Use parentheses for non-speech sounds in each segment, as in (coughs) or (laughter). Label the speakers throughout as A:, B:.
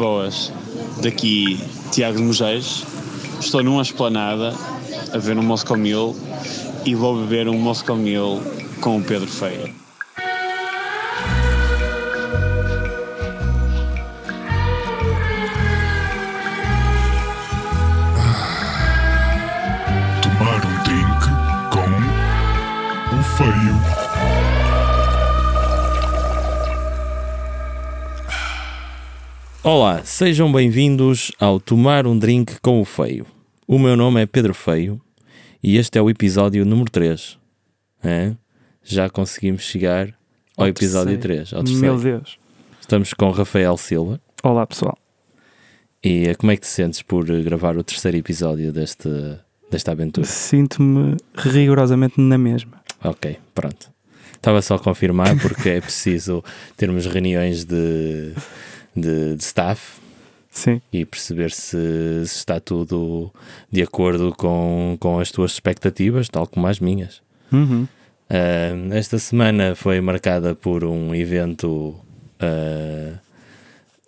A: Boas, daqui Tiago de Mojais. Estou numa esplanada a ver um Moscow Mule e vou beber um Moscow Mule com o Pedro Feia.
B: Tomar um drink com o feio.
C: Olá, sejam bem-vindos ao Tomar um Drink com o Feio. O meu nome é Pedro Feio e este é o episódio número 3. Já conseguimos chegar ao, episódio
D: terceiro.
C: 3. Ao terceiro.
D: Meu Deus.
C: Estamos com Rafael Silva.
D: Olá, pessoal.
C: E eh, como é que te sentes por eh, gravar o terceiro episódio deste, desta aventura?
D: Sinto-me rigorosamente na mesma.
C: Ok, pronto. Estava só a confirmar porque é preciso termos reuniões de, de, de staff
D: Sim.
C: e perceber se, se está tudo de acordo com, com as tuas expectativas, tal como as minhas.
D: Uhum.
C: Ah, esta semana foi marcada por um evento, ah,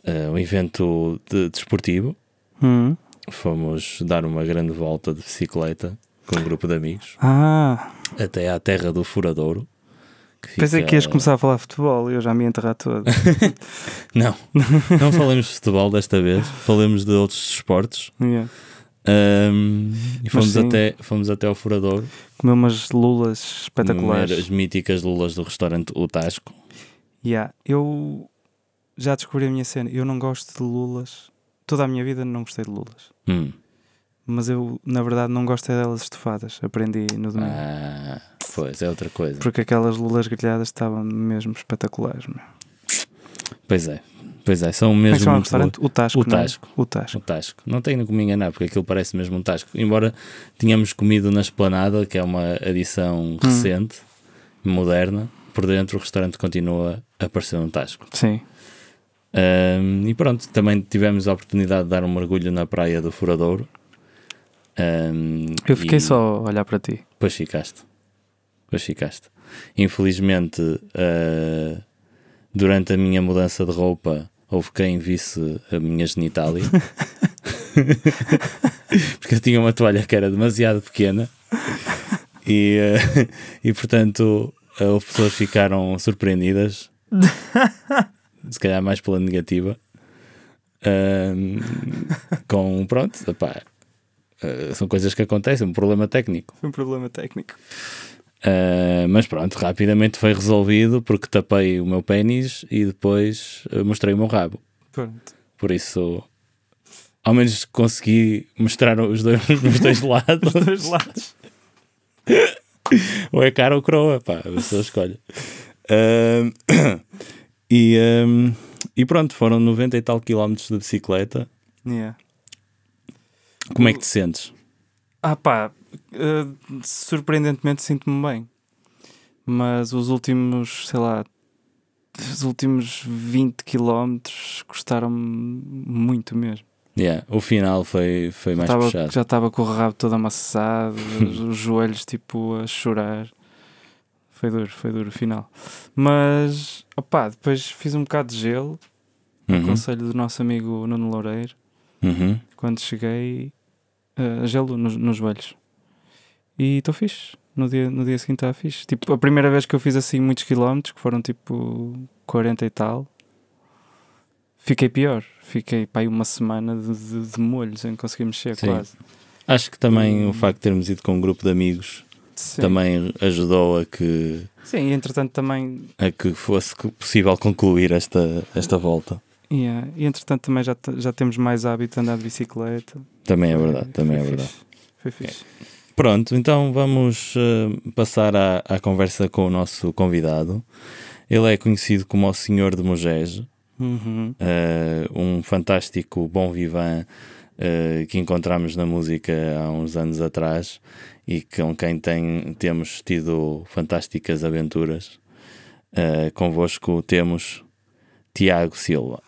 C: ah, um evento de- desportivo.
D: Uhum.
C: Fomos dar uma grande volta de bicicleta com um grupo de amigos
D: Ah,
C: até à terra do Furadouro. que
D: pensei
C: fica-
D: que ias começar a falar de futebol e eu já me ia enterrar
C: (laughs)
D: todo.
C: Não, não falamos de futebol desta vez, falamos de outros desportos.
D: Yeah.
C: Ahm, e fomos
D: sim.
C: até, fomos até ao Furadouro.
D: Comeu umas lulas
C: comer As
D: espetaculares.
C: míticas lulas do restaurante O Tasco.
D: Yeah. Eu já descobri a minha cena. Eu não gosto de lulas. Toda a minha vida não gostei de lulas.
C: Hum.
D: Mas eu, na verdade, não gosto é delas estufadas. Aprendi no domingo.
C: Ah, pois, é outra coisa.
D: Porque aquelas lulas grelhadas estavam mesmo espetaculares. Meu.
C: Pois é, pois é, são
D: Como é que
C: mesmo
D: chama o
C: muito boas.
D: restaurante? O Tasco.
C: O
D: não é?
C: Tasco.
D: O Tasco.
C: O Tasco. Não tenho como me enganar, porque aquilo parece mesmo um Tasco. Embora tínhamos comido na Esplanada, que é uma
D: Hum.
C: adição recente, moderna, por dentro o restaurante continua a parecer um Tasco.
D: Sim.
C: Ahm, e pronto, também tivemos a oportunidade de dar um mergulho na praia do Furadouro. Ahm,
D: Eu fiquei
C: e-
D: só a olhar para ti.
C: Pois ficaste. Pois ficaste. Infelizmente, eh, durante a minha mudança de roupa, houve quem visse a minha genitália. Porque eu tinha uma toalha que era demasiado pequena. E, eh, e portanto, eh, houve pessoas que ficaram surpreendidas. Se calhar mais pela negativa. Ahm, com, pronto, epá, eh, são coisas que acontecem, um problema técnico.
D: Foi um problema técnico.
C: Uh, mas pronto, rapidamente foi resolvido porque tapei o meu pênis e depois uh, mostrei o meu rabo.
D: Pronto. (laughs)
C: Por isso, ao menos consegui mostrar os dois, (laughs) os dois lados.
D: Dois lados.
C: ou é cara ou croa, pá, a pessoa escolhe. Ahm, (coughs) e, ahm, e pronto, foram 90 e tal quilómetros de bicicleta.
D: Yeah.
C: Como é que te sentes?
D: Ah pá, eh, surpreendentemente sinto-me bem. Mas os últimos, sei lá, os últimos 20 quilómetros custaram-me muito mesmo.
C: Yeah, o final foi, foi mais
D: Tava-
C: puxado.
D: já estava com o rabo todo
C: (laughs)
D: amassado, os- os joelhos tipo a chorar. Foi duro, foi duro o final. Mas, opá, depois fiz um bocado de gelo,
C: Uhum,
D: conselho do nosso amigo Nuno Loureiro.
C: uhum.
D: quando cheguei eh, gelo nos, nos joelhos. E estou fixe. No dia, no dia seguinte estava fixe. Tipo, a primeira vez que eu fiz assim muitos quilómetros, que foram tipo 40 e tal, fiquei pior. Fiquei pá, aí uma semana de, de, de molho sem conseguir mexer
C: Sim.
D: quase.
C: Acho que também o facto de termos ido com um grupo de amigos
D: Sim.
C: também ajudou a que,
D: Sim, e entretanto também.
C: a que fosse co- possível concluir esta, esta volta.
D: yeah, E entretanto também já, t- já temos mais hábito de andar de bicicleta.
C: Também é verdade,
D: Foi-
C: também é
D: foi
C: verdade.
D: fixe. Foi fixe.
C: Pronto, então vamos eh, passar à, à conversa com o nosso convidado. Ele é conhecido como o Senhor de Mogés,
D: Uhum.
C: eh, um fantástico bom vivan eh, que encontramos na música há uns anos atrás e com quem tem, temos tido fantásticas aventuras. Eh, convosco temos Tiago Silva.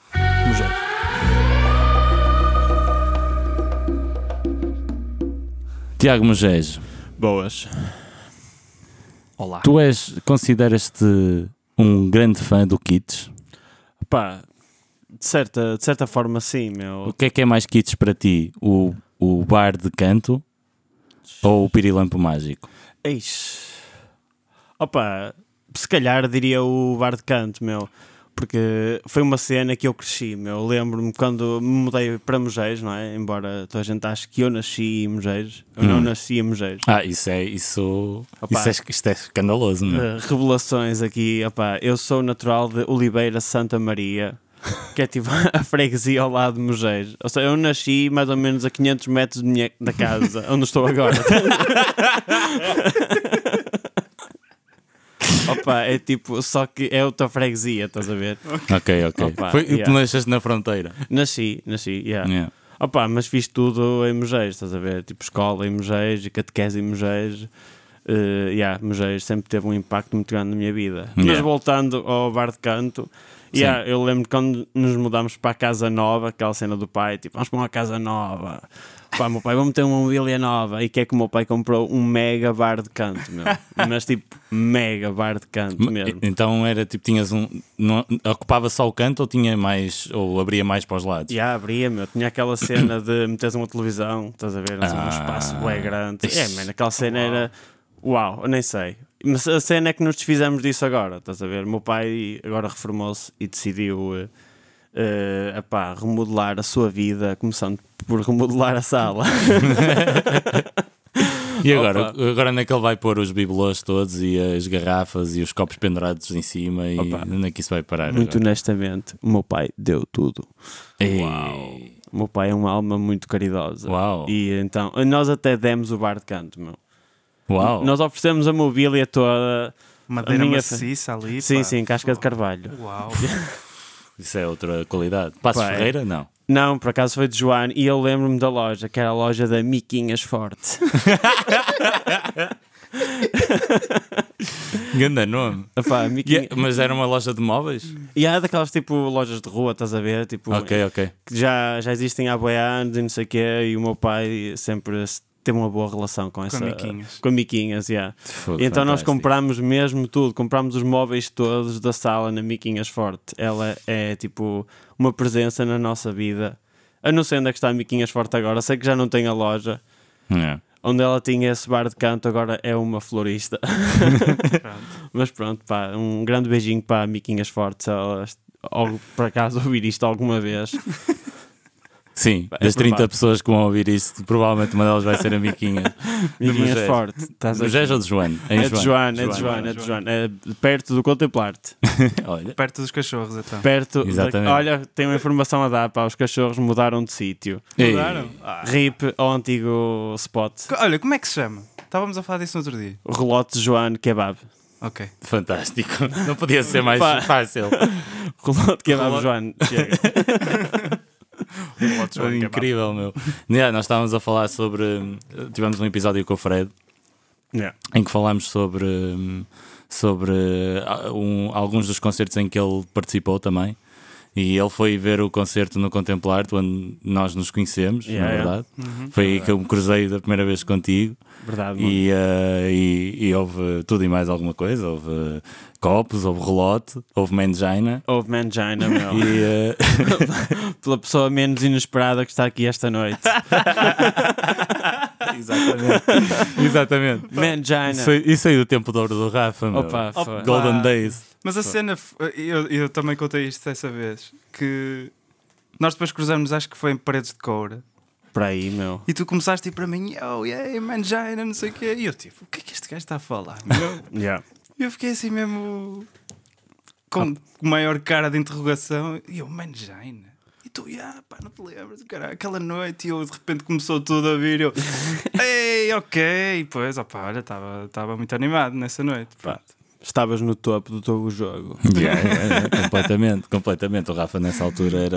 C: Tiago Mogejo,
A: Boas.
D: Olá.
C: tu és, consideras-te um grande fã do Kits?
A: Pá,
E: de certa, de certa forma, sim, meu.
C: O que é que é mais kits para ti? O, o bar de canto ou o pirilampo mágico?
E: Eis. Opa, se calhar diria o bar de canto, meu. Porque foi uma cena que eu cresci, meu. Lembro-me quando me mudei para Mojeiros, não é? Embora toda a gente ache que eu nasci em Mojeiros. Eu não
C: Hum.
E: nasci em Mojeiros.
C: Ah, isso é, isso,
E: Opa.
C: isso é, isto é escandaloso, não é?
E: Uh, revelações aqui. Opá, eu sou natural de Oliveira Santa Maria, que é tipo (laughs) a freguesia ao lado de Mojeiros. Ou seja, eu nasci mais ou menos a 500 metros de minha- da casa onde estou agora. Opa, é tipo, só que é outra freguesia, estás a ver?
C: Ok,
E: É.
C: ok.
E: Opa,
C: Foi e tu
E: yeah.
C: nasceste na fronteira.
E: Nasci, nasci, yeah.
C: Yeah.
E: Opa, mas fiz tudo em Mojeiros, estás a ver? Tipo escola em Mojeiros, catequese em Mojeiros. Uh, yeah, Mojeiros sempre teve um impacto muito grande na minha vida. Mas
C: Yeah.
E: voltando ao bar de canto,
C: Sim.
E: yeah, eu lembro quando nos mudámos para a casa nova, aquela cena do pai, tipo, vamos para uma casa nova. Pá, meu pai, vamos ter uma mobília nova. E que é que o meu pai comprou um mega bar de canto,
C: (laughs)
E: meu. Mas tipo, mega bar de canto
C: Ma-
E: mesmo.
C: Então era tipo, tinhas um. não- ocupava só o canto ou tinha mais. ou abria mais para os lados?
E: E a abria, meu. Tinha aquela cena de meteres uma televisão, estás a ver? Assim,
C: Ah.
E: um espaço bem grande.
C: Ixi.
E: É, mano, aquela cena era. Uau, eu nem sei. Mas a cena é que nos desfizemos disso agora, estás a ver? O meu pai agora reformou-se e decidiu. eh, eh, epá, remodelar a sua vida, começando por remodelar a
C: (laughs)
E: sala.
C: E agora?
E: Opa.
C: Agora onde é que ele vai pôr os bibelôs todos e as garrafas e os copos pendurados em cima e
E: Opa.
C: onde é que isso vai parar?
E: Muito
C: agora?
E: honestamente, o meu pai deu tudo.
C: Uau!
E: O meu pai é uma alma muito caridosa.
C: Uau!
E: E então, nós até demos o bar de canto, meu.
C: Uau!
E: Nós oferecemos a mobília toda.
F: Madeira
E: A minha
F: maciça ali.
E: Sim,
F: pá.
E: sim, casca de carvalho.
F: Uau.
C: Isso é outra qualidade. Passos
E: Pá, é.
C: Ferreira? Não.
E: Não, por acaso foi de Joano e eu lembro-me da loja, que era a loja da Miquinhas Forte.
C: Ganda nome.
E: Epá, Miquinha...
C: Yeah, é, mas era uma loja de móveis?
E: E há daquelas tipo lojas de rua, estás a ver? Tipo,
C: Ok, ok.
E: que já, já existem há boi anos e não sei o quê, e o meu pai sempre se- teve uma boa relação com essa.
F: Miquinhas.
E: Com a Miquinhas, yeah.
C: Fogo,
E: E então nós
C: fantástico.
E: comprámos mesmo tudo, comprámos os móveis todos da sala na Miquinhas Forte. Ela é tipo uma presença na nossa vida. Eu não sei onde é que está a Miquinhas Forte agora, sei que já não tem a loja.
C: Yeah.
E: Onde ela tinha esse bar de canto, agora é uma (laughs) florista. Mas pronto, pá, um grande beijinho para a Miquinhas Forte, se ela est- ou, por acaso ouvir isto alguma vez. (laughs)
C: Sim,
E: Pá, é
C: das 30
E: provável.
C: pessoas que vão ouvir isto, provavelmente uma delas vai ser a
E: (laughs)
C: Miquinha.
E: Miquinhas
C: Mugés.
E: Forte, é- estás a
C: Do Jejo ou de Joano? Em
E: é de Joana, é de
C: Joano.
E: Joana, é de Joana. É perto do (laughs) Contemplarte.
C: Olha,
F: Perto dos cachorros, então.
E: Perto. da-
C: Exatamente.
E: Olha, tenho uma informação a dar, pá. Os cachorros mudaram de sítio.
C: ei,
F: Mudaram? Ah.
E: RIP ao antigo spot.
F: Co- Olha, como é que se chama? Estávamos a falar disso no outro dia.
E: O relote de Joano Kebab.
F: Ok.
E: (laughs)
C: fantástico. Não podia ser mais
E: Pá.
C: fácil.
E: Relote Kebab
C: Relote-
E: Joano. (laughs) Chega. É
C: Incrível, meu. Yeah, nós estávamos a falar sobre. hum, Tivemos um episódio com o Fred
E: Yeah.
C: em que falámos sobre, hum, sobre ah, um- alguns dos concertos em que ele participou também. E ele foi ver o concerto no Contemplar, onde nós nos conhecemos,
E: Yeah,
C: na
E: yeah. Uhum.
C: verdade. Foi aí que eu me cruzei da primeira vez contigo.
E: Verdade, mano.
C: E, eh, e, e houve tudo e mais alguma coisa. Houve eh, copos, houve relote, houve mangina.
E: Houve Mangina, meu.
C: E, eh,
E: (laughs) pela pessoa menos inesperada que está aqui esta noite.
C: (laughs) exatamente. (laughs) exatamente.
E: Mangina.
C: Isso, aí- isso aí do tempo de ouro do Rafa, meu.
E: Opa, foi.
C: Golden Days.
F: Mas a cena, f- eu, eu também contei isto dessa vez, que nós depois cruzamos, acho que foi em paredes de coura,
E: Para aí, meu.
F: e tu começaste a ir para mim, oh, yeah, mangina, não sei o quê, e eu tipo, o que é que este gajo está a falar? meu?"
E: Yeah.
F: E eu fiquei assim mesmo, com com maior cara de interrogação, e eu, mangina? E tu, yeah, pá, não te lembras, cara, aquela noite, e eu, de repente começou tudo a vir, e eu, ei, ok, pois, opá, olha, estava estava muito animado nessa noite,
E: Pá, Estavas no topo do teu jogo.
C: Yeah, yeah, yeah, É, completamente, completamente. O Rafa nessa altura era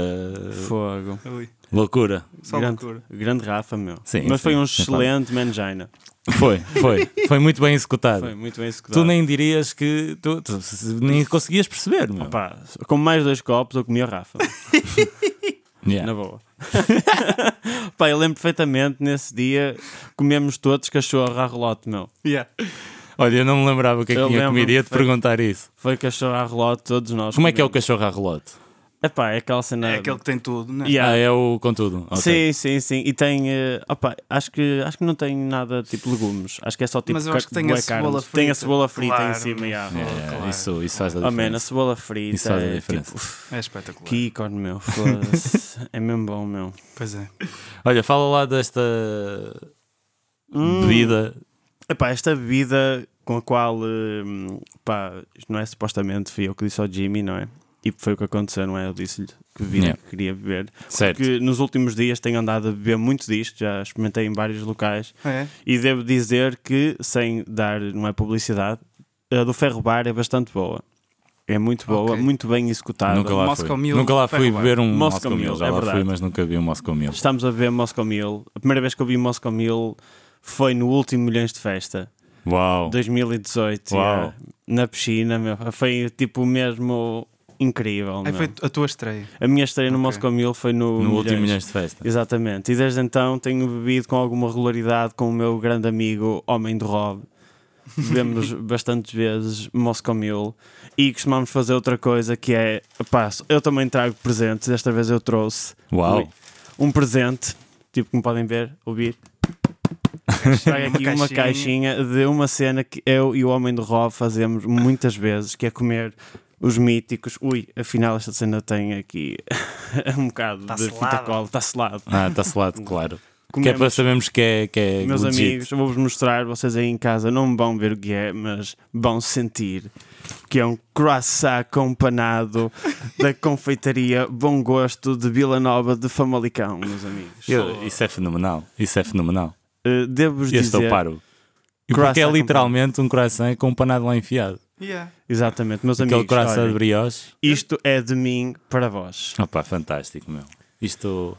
E: Fogo.
F: ali,
C: loucura.
F: só
E: grande,
F: loucura.
E: grande Rafa, meu.
C: Sim,
E: Mas
C: sim,
E: foi um
C: sem
E: excelente Mangina.
C: Foi, foi. Foi muito bem executado.
E: Foi muito bem executado.
C: Tu nem dirias que. Tu, tu- nem conseguias perceber, meu.
E: Pá, com mais dois copos eu comi a
C: (laughs)
E: Rafa.
C: Yeah.
E: Na boa. (laughs) Pá, eu lembro perfeitamente nesse dia comemos todos cachorro à relote, meu.
F: Yeah. É
C: Olha, eu não me lembrava o que é que
E: Eu
C: tinha
E: lembro-me
C: comido. Ia te
E: perfeito.
C: perguntar isso.
E: Foi cachorro à relote, todos nós.
C: Como é que é o
E: comemos.
C: cachorro à relote?
E: Epá, é aquela cena.
F: É aquele que tem tudo, não é?
E: Yeah.
C: Ah, é o contudo. Ok.
E: Sim, sim, sim. E tem. eh, opá, acho que, acho que não tem nada tipo legumes. Acho que é só tipo.
F: Mas eu acho que tem
E: bué
F: a cebola
E: carnes.
F: frita.
E: Tem a cebola frita em
F: Claro,
E: cima.
F: meu
E: Yeah.
F: filho.
C: É,
F: Claro.
C: isso, isso faz a
E: Oh
C: diferença.
E: man, a cebola frita.
C: Isso faz a
E: é,
C: diferença.
E: tipo,
F: É espetacular.
E: que ícone, meu. Foda-se.
C: (laughs)
E: é mesmo bom, meu.
F: Pois é.
C: Olha, fala lá desta bebida.
E: Hum, Epá, esta bebida com a qual. eh, pá, isto não é supostamente. Fui eu que disse ao Jimmy, não é? E foi o que aconteceu, não é? Eu disse-lhe que bebida
C: Yeah.
E: que queria beber.
C: Certo.
E: Que nos últimos dias tenho andado a beber muito disto. Já experimentei em vários locais.
F: É.
E: E devo dizer que, sem dar, não é publicidade, a do Ferro Bar é bastante boa. É muito boa,
F: Ok.
E: muito bem executada.
C: Nunca lá
F: Moscow
C: fui.
F: Mule,
C: nunca lá fui
F: Ferro Bar.
C: beber um
E: Moscow
C: Moscow Mule.
E: Mule,
C: Já
E: é
C: lá fui,
E: verdade.
C: mas nunca vi um Moscow Mule.
E: Estamos a ver Moscow Mule. A primeira vez que eu vi Moscow Mule foi no último Milhões de Festa,
C: Uau.
E: 2018.
C: Uau.
E: yeah. eh, na piscina, meu. Foi tipo mesmo incrível.
F: Aí
E: meu.
F: foi a tua estreia.
E: A minha estreia no
F: Ok.
E: Moscow Mule foi no,
C: No último milhões de festa.
E: Exatamente. E desde então tenho bebido com alguma regularidade com o meu grande amigo Homem do Rob. Bebemos bastantes vezes Moscow Mule e costumamos fazer outra coisa que é, pá, eu também trago presentes, desta vez eu trouxe
C: Uau.
E: um presente, tipo como podem ver, ouvir. Trago aqui uma caixinha de uma cena que eu e o Homem do Rob fazemos muitas vezes, que é comer os míticos. Ui, afinal esta cena tem aqui (laughs) um bocado
F: Tá
E: de fita
F: selada.
E: cola, está selado.
C: Ah, está selado,
E: (laughs)
C: claro. Que é
E: Comemos.
C: para sabermos que é, que é
E: Meus
C: legit.
E: amigos, eu vou-vos mostrar, vocês aí em casa não vão ver o que é, mas vão sentir que é um croissant com panado da confeitaria Bom Gosto de Vila Nova de Famalicão, meus amigos.
C: Eu- isso é fenomenal. Isso é fenomenal.
E: Eh, Devo-vos
C: Este é
E: dizer...
C: o paro. E
E: Croissant
C: porque é
E: com
C: literalmente um coração com um panado lá enfiado.
F: Yeah.
E: Exatamente, meus
C: Aquele
E: amigos,
C: coração
E: olhem,
C: de brioche.
E: isto é de mim para vós.
C: Opa, fantástico, meu. Isto.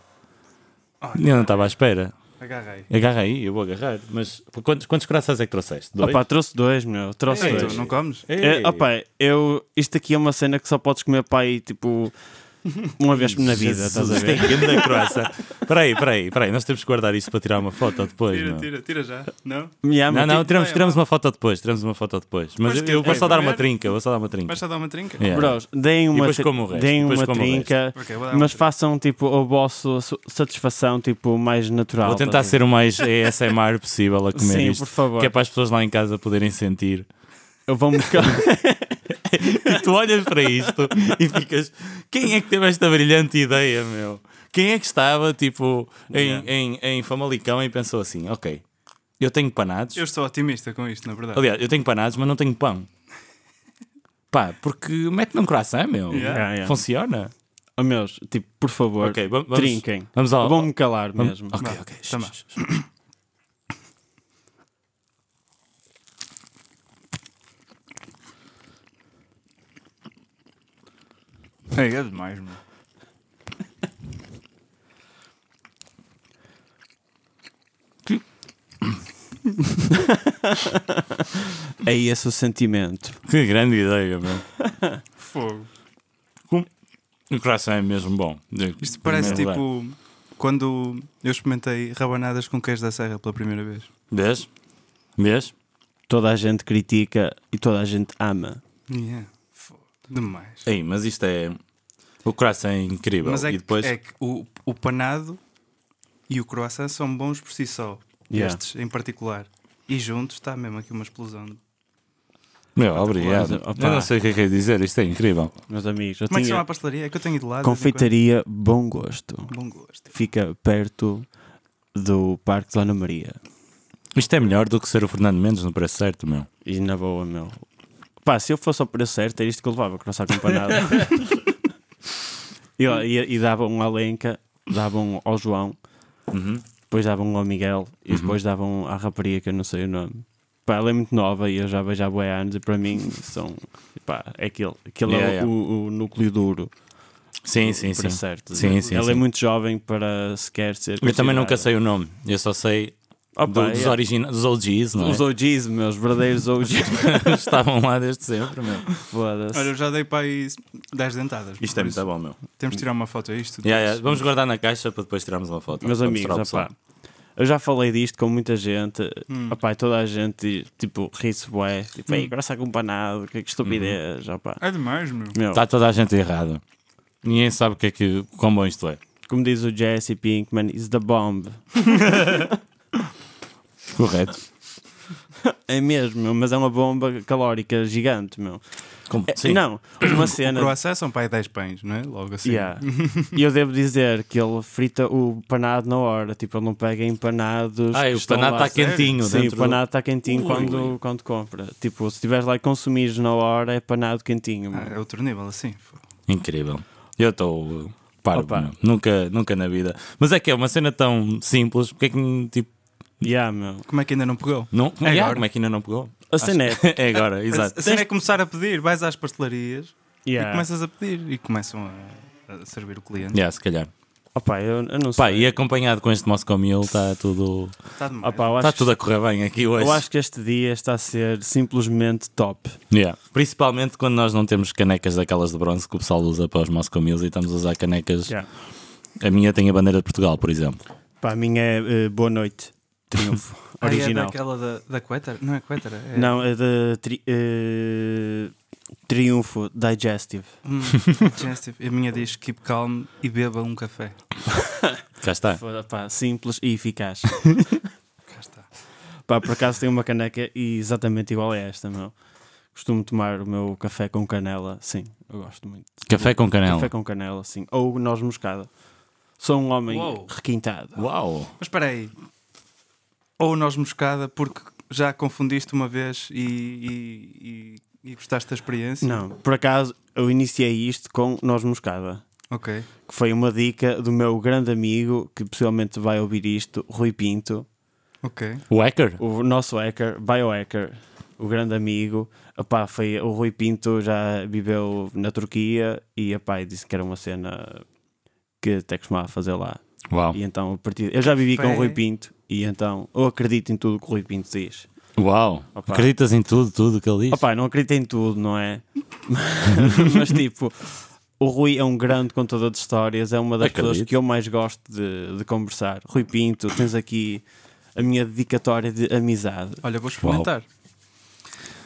C: Eu não estava à espera.
F: Agarra aí.
C: Agarra aí, eu vou agarrar. Mas quantos, quantos corações é que trouxeste? Dois?
E: Opa, trouxe dois, meu, trouxe
F: Ei,
E: dois.
F: tu não comes?
C: Ei.
E: É, opa, eu, isto aqui é uma cena que só podes comer para aí, tipo, uma vez na vida, estás a
C: (laughs) Jesus,
E: ver?
C: tem grande croissant. Espera aí, espera aí, espera aí. Nós temos que guardar isto para tirar uma foto depois,
F: Tira,
C: meu.
F: tira, tira já. Não?
E: Yeah,
C: é-
E: mas
C: Não, não,
E: tipo-
C: tiramos,
F: vai,
C: tiramos
F: vai.
C: uma foto depois, tiramos uma foto depois. Mas
F: Mas
C: eu,
F: que-
C: eu vou
F: é,
C: só dar uma
F: primeiro-
C: trinca, vou só dar uma trinca.
F: Vais só dar uma trinca?
C: Yeah.
E: Bros, deem uma,
C: um- depois como o resto,
E: deem
C: depois
E: uma
C: como o
E: trinca,
F: resto. Ok, vou dar uma
E: mas
F: trinca.
E: façam tipo a vossa su- satisfação tipo mais natural.
C: Vou tentar
E: estás a
C: ser o mais ASMR possível a comer
E: Sim,
C: isto.
E: por favor.
C: Que é para as pessoas lá em casa poderem sentir.
E: ver? Eu vou-me ca- (laughs)
C: E tu olhas para isto e ficas. Quem é que teve esta brilhante ideia, meu? Quem é que estava, tipo, em, em, em Famalicão e pensou assim: ok, eu tenho panados.
F: Eu estou otimista com isto, na verdade.
C: Aliás, eu tenho panados, mas não tenho pão. Pá, porque mete num croissant, meu.
F: Yeah.
E: Ah, yeah.
C: Funciona.
E: Oh, meus, tipo, por favor,
C: Ok, va- vamos-
E: trinquem.
C: vamos ao-
E: Vão-me calar
C: Vamos-
E: mesmo.
C: Ok,
F: Vá,
C: ok.
F: toma. Ei, é demais, mano.
E: É esse o sentimento.
C: Que grande ideia, meu.
F: Fogo.
C: O croissant é mesmo bom.
F: Isto parece tipo quando eu experimentei rabanadas com queijo da serra pela primeira vez.
C: Vês? Vês?
E: Toda a gente critica e toda a gente ama.
F: Yeah. Fogo. Demais.
C: Ei, mas isto é. O croissant é incrível.
F: Mas é
C: e
F: que,
C: depois.
F: é que o, o panado e o croissant são bons por si só.
E: Yeah.
F: Estes em particular. E juntos está mesmo aqui uma explosão. é
C: Meu, obrigado.
E: coisa, opa.
C: Eu não sei o que é que é dizer, isto é incrível.
E: Meus amigos, eu
F: Como é que se chama
E: tinha
F: a pastelaria? É que eu tenho ido lá. de vez em
E: confeitaria Bom Gosto.
F: quando. Bom gosto.
E: Fica perto do Parque de Ana Maria.
C: Isto é melhor do que ser o Fernando Mendes no preço certo, meu.
E: E na boa, meu. Pá, se eu fosse ao preço certo, era isto que eu levava, croissant acompanhado.
F: (laughs)
E: e, ó, e, e dava um à Lenca, dava um ao João, depois dava um ao Miguel e
C: Uhum.
E: depois dava um à rapariga que eu não sei o nome. Pá, ela é muito nova e eu já vejo há boi anos e para mim são. Pá, é aquele. Aquele
C: Yeah,
E: é o-
C: yeah.
E: O, o núcleo duro.
C: Sim, sim,
E: Para
C: sim.
E: certo.
C: Sim, sim,
E: Ela é
C: sim.
E: muito jovem para sequer ser.
C: Eu também nunca
E: considerada.
C: sei o nome, eu só sei
E: Opa,
C: do- dos,
E: é.
C: origina dos OGs, não é?
E: Os OGs, meus verdadeiros
C: (laughs)
E: OGs.
C: Estavam lá desde sempre, meu.
E: Foda-se.
F: Olha, eu já dei para aí 10 dentadas.
C: Isto é
F: por
C: muito
F: isso.
C: bom, meu.
F: Temos de tirar uma foto a isto.
C: Yeah, yeah, Vamos guardar na caixa para depois tirarmos uma foto.
E: Meus
C: para
E: amigos,
C: mostrar ao pessoal. Hum.
E: opá, eu já falei disto com muita gente. Opá, e toda a gente, tipo, ri-se bué. Tipo,
C: Uhum.
E: ei, graça acompanhado, que que estupidez, opá.
F: É demais, meu.
C: Tá.
E: Meu,
C: Está toda a gente errada. Ninguém sabe o que é que, quão bom isto é.
E: Como diz o Jesse Pinkman, is the bomb.
C: Correto.
E: É mesmo, meu, mas é uma bomba calórica gigante, meu.
C: Como?
E: É,
C: Sim.
E: Não, uma
F: Cena...
E: cena.
F: são para aí 10 pães, não é? Logo assim.
E: Yeah. E eu devo dizer que ele frita o panado na hora, tipo, ele não pega empanados.
C: Ah,
E: que
C: o
E: estão
C: panado
E: lá
C: está quentinho
E: Sim,
C: dentro
E: o
C: do-
E: panado está quentinho quando, quando compra. Tipo, se estiveres lá e consumires na hora, é panado quentinho. meu.
F: Ah, é outro nível, assim.
C: Incrível. Eu estou parvo,
E: Opa.
C: meu. nunca, nunca na vida. Mas é que é uma cena tão simples, porque é que tipo,
E: Yeah, meu.
F: Como é que ainda não pegou?
C: não, como, yeah,
F: agora.
C: como é que ainda não pegou?
E: A cena é.
C: (laughs) É agora, exato.
F: A cena é começar a pedir, vais às pastelarias e
E: Yeah.
F: começas a pedir e começam a, a servir o cliente.
C: Yeah, se calhar.
E: Opa, eu, eu não sei.
C: Pá, e acompanhado com este Moscow Mule está tudo,
F: Está demais.
E: Opa, eu,
C: está
E: acho,
C: tudo a correr bem aqui hoje.
E: eu acho que este dia está a ser simplesmente top.
C: Yeah. Principalmente quando nós não temos canecas daquelas de bronze que o pessoal usa para os Moscow Mules e estamos a usar canecas.
E: Yeah.
C: A minha tem a bandeira de Portugal, por exemplo.
E: Pá, a minha é eh, Boa Noite. Triunfo.
F: (laughs) Ah,
E: original.
F: É daquela da, da Quetara? Não é Quetara? É...
E: Não, é de tri- eh, Triunfo Digestive. (laughs)
F: Hum, digestive. a minha diz keep calm e beba um café.
C: Cá está.
E: Foda, pá, simples e eficaz.
F: Cá está.
E: pá, por acaso tenho uma caneca e exatamente igual a esta, meu. Costumo tomar o meu café com canela, sim, eu gosto muito.
C: Café com canela.
E: Café com canela, sim. Ou noz moscada. Sou um homem
F: Uou.
E: requintado.
C: Uau!
F: Mas espera aí. Ou nós moscada, porque já confundiste uma vez e, e, e- e gostaste da experiência?
E: Não, por acaso eu iniciei isto com noz moscada,
F: Ok.
E: que foi uma dica do meu grande amigo, que possivelmente vai ouvir isto, Rui Pinto.
F: Ok.
C: Wacker?
E: o nosso hacker, biohacker, o grande amigo, epá, foi, o Rui Pinto já viveu na Turquia e epá, e disse que era uma cena que até costumava fazer lá.
C: Uau!
E: E então, a partir, eu já vivi com o Rui Pinto e então eu acredito em tudo que o Rui Pinto diz.
C: Uau!
E: Opa.
C: Acreditas em tudo, tudo o que ele diz?
E: Opá, não acredito em tudo, não é? (laughs) Mas tipo, o Rui é um grande contador de histórias, é uma das
C: Acredito.
E: pessoas que eu mais gosto de, de conversar. Rui Pinto, tens aqui a minha dedicatória de amizade.
F: Olha, vou experimentar.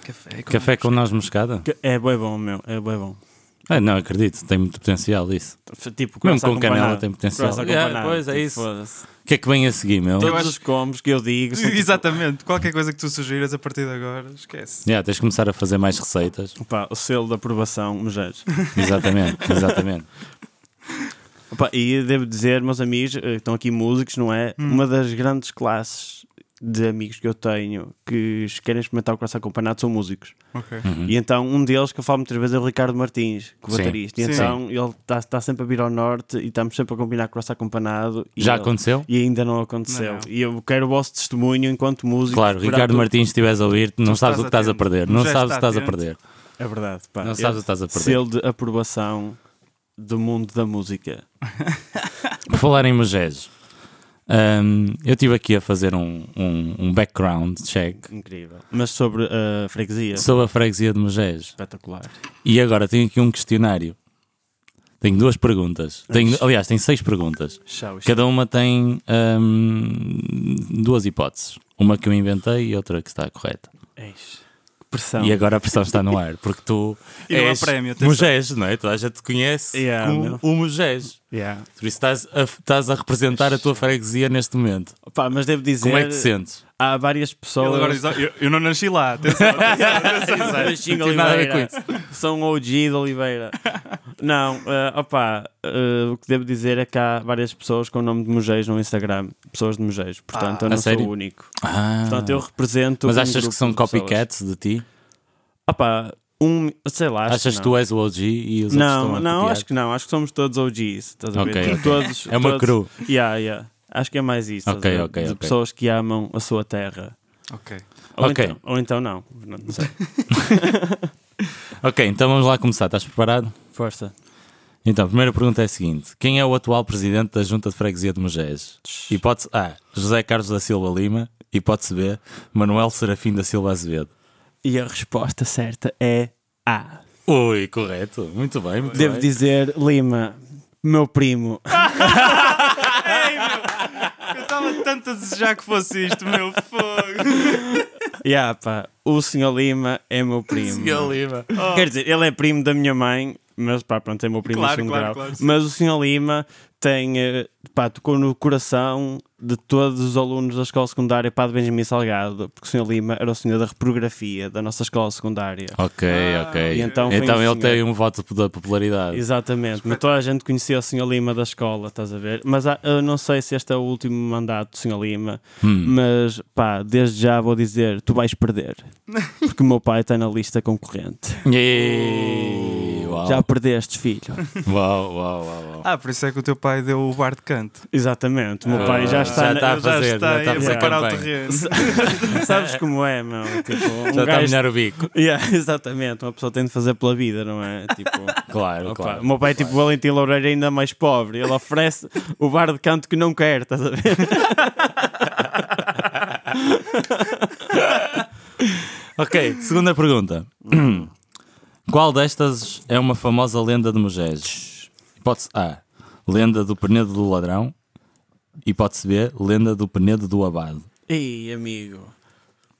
F: Café com... (laughs)
C: Café com noz moscada?
E: Que É bem bom, meu, é bem bom.
C: Ah, não acredito, tem muito potencial isso.
E: F- Tipo,
C: Mesmo
E: começa
C: com
E: a acompanhar.
C: canela tem potencial.
E: Começa a
C: Yeah,
E: acompanhar,
C: pois, é
E: tipo,
C: isso.
E: foda-se.
C: O que é que vem a seguir, meu?
E: Todos
F: acho-
E: os combos que eu digo são tipo,
F: Exatamente. Qualquer coisa que tu sugiras a partir de agora, esquece.
C: Yeah, tens de começar a fazer mais receitas.
E: pá, o selo de aprovação, é mejas.
C: Exatamente, exatamente.
E: Opa, e devo dizer, meus amigos, eh, que estão aqui músicos, não é? Uma das grandes classes de amigos que eu tenho que querem experimentar o coração acompanhado são músicos.
F: Ok.
E: E então um deles que eu falo muitas vezes é o Ricardo Martins, que é o
C: Hum. Sim.
E: baterista. E
F: Sim.
E: então ele está tá sempre a vir ao norte e estamos sempre a combinar coração acompanhado. e
C: Já
E: ele-
C: aconteceu?
E: E ainda não aconteceu.
F: Não, não.
E: E eu quero o vosso testemunho enquanto músico.
C: Claro, Ricardo Martins, se estiveres a ouvir, não sabes o que
F: estás
C: estás a
F: atento.
C: perder. Não
F: Já
C: sabes o que
F: está
C: estás a
F: atento.
C: perder.
E: É verdade, pá.
C: Não
E: Ele-
C: sabes o que estás a perder.
E: Selo de aprovação do mundo da música.
C: Por falar em Mugés, hum, eu estive aqui a fazer um, um- um background check
E: Incrível. Mas sobre a freguesia.
C: sobre a freguesia de Mugés.
E: Espetacular.
C: E agora tenho aqui um questionário. Tenho duas perguntas. Tenho- aliás, tenho seis perguntas.
E: Chau, isto-
C: Cada uma tem hum, duas hipóteses. Uma que eu inventei e outra que está correta.
E: Eis. Que Pressão.
C: E é- agora a pressão está no ar, porque tu
F: Então. (laughs) E não há
C: és
F: prémio, atenção.
C: Mugés, não é? Toda a gente te conhece
E: Yeah,
C: como
E: meu.
C: o Mugés.
E: Yeah.
C: Por isso estás a, estás a representar a tua freguesia neste momento.
E: Pá, mas devo dizer.
C: Como é que te sentes?
E: Há várias pessoas.
F: Ele agora diz, assim, "Oh, eu, eu não nasci lá. atenção."
E: (laughs) Xinga
C: Não tem nada a ver com
E: Oliveira. São OG de Oliveira. Não, eh, opá, eh, o que devo dizer é que há várias pessoas com o nome de Mojeiros no Instagram. Pessoas de Mojeiros. Portanto, eu não
C: a
E: sou
C: sério?
E: o único.
C: Ah,
E: Portanto, eu represento.
C: mas
E: um
C: achas
E: grupo
C: que são
E: de pessoas.
C: copycats de ti?
E: Opá, um. Sei lá. acho
C: achas
E: que
C: que
E: não.
C: tu és o OG e os outros estão
E: Não,
C: a
E: não,
C: copiar?
E: acho que não. Acho que somos todos OGs. Estás a ver? Tipo,
C: Ok, ok.
E: Todos,
C: É uma
E: todos-
C: cru.
E: Yeah, yeah. Acho que é mais isso. estás
C: Ok,
E: a ver?
C: ok,
E: de
C: ok.
E: pessoas que amam a sua terra.
F: ok.
E: Ou,
C: Ok.
E: então, ou então não. Não, não
C: (laughs)
E: sei.
C: Ok, então vamos lá começar. Estás preparado?
E: Força.
C: Então, a primeira pergunta é a seguinte: Quem é o atual presidente da Junta de Freguesia de Mugés? Hipótese A: José Carlos da Silva Lima. Hipótese B: Manuel Serafim da Silva Azevedo.
E: E a resposta certa é A.
C: Ui, correto. Muito bem, muito
E: Devo
C: bem.
E: dizer, Lima, meu primo. (laughs)
F: Eu estava tanto a desejar que fosse isto, meu fogo.
E: yeah, pá, o senhor Lima é meu primo.
C: Senhor Lima.
E: Quer dizer, ele é primo da minha mãe, Mas pá, pronto, é meu primo
F: Claro,
E: em segundo
F: claro,
E: grau.
F: claro, sim.
E: Mas o senhor Lima tem, eh, pá, tocou no coração de todos os alunos da escola secundária Padre Benjamin Salgado, porque o senhor Lima era o senhor da reprografia da nossa escola secundária.
C: Ok, ok.
E: e então foi
C: então
E: um
C: ele
E: senhor.
C: tem um voto da popularidade.
E: Exatamente, mas toda a gente conhecia o Sr. Lima da escola, estás a ver? Mas há- eu não sei se este é o último mandato do Sr. Lima, mas pá, desde já vou dizer: tu
F: (laughs)
E: vais perder, porque o meu pai está na lista concorrente.
C: Ei, uau,
E: Já perdeste, filho.
C: uau, uau, uau, uau.
F: Ah, por isso é que o teu pai deu o bar de canto.
E: Exatamente, o meu pai já
C: Ah,
E: está. na-
C: já está a
E: Tá já
C: fazer,
F: Está aí a
C: já está a fazer
F: preparar o
C: campanha.
F: terreno.
E: (laughs) Sabes como é, meu?
C: (laughs)
E: Tipo, um
C: Já tá está a
E: gajo-
C: melhorar o bico.
E: (laughs) Yeah, exatamente, uma pessoa tem de fazer pela vida, não é? Tipo.
C: (laughs) Claro,
E: Opa,
C: claro.
E: O meu pai é tipo Valentim Loureiro ainda mais pobre. Ele oferece o bar de canto que não quer, estás a
C: (laughs)
E: ver?
C: Ok, segunda pergunta. (clears throat) Qual destas é uma famosa lenda de Mujeres? Hipótese A. Lenda do Penedo do Ladrão. Hipótese B. Lenda do Penedo do Abado.
E: Ei, amigo.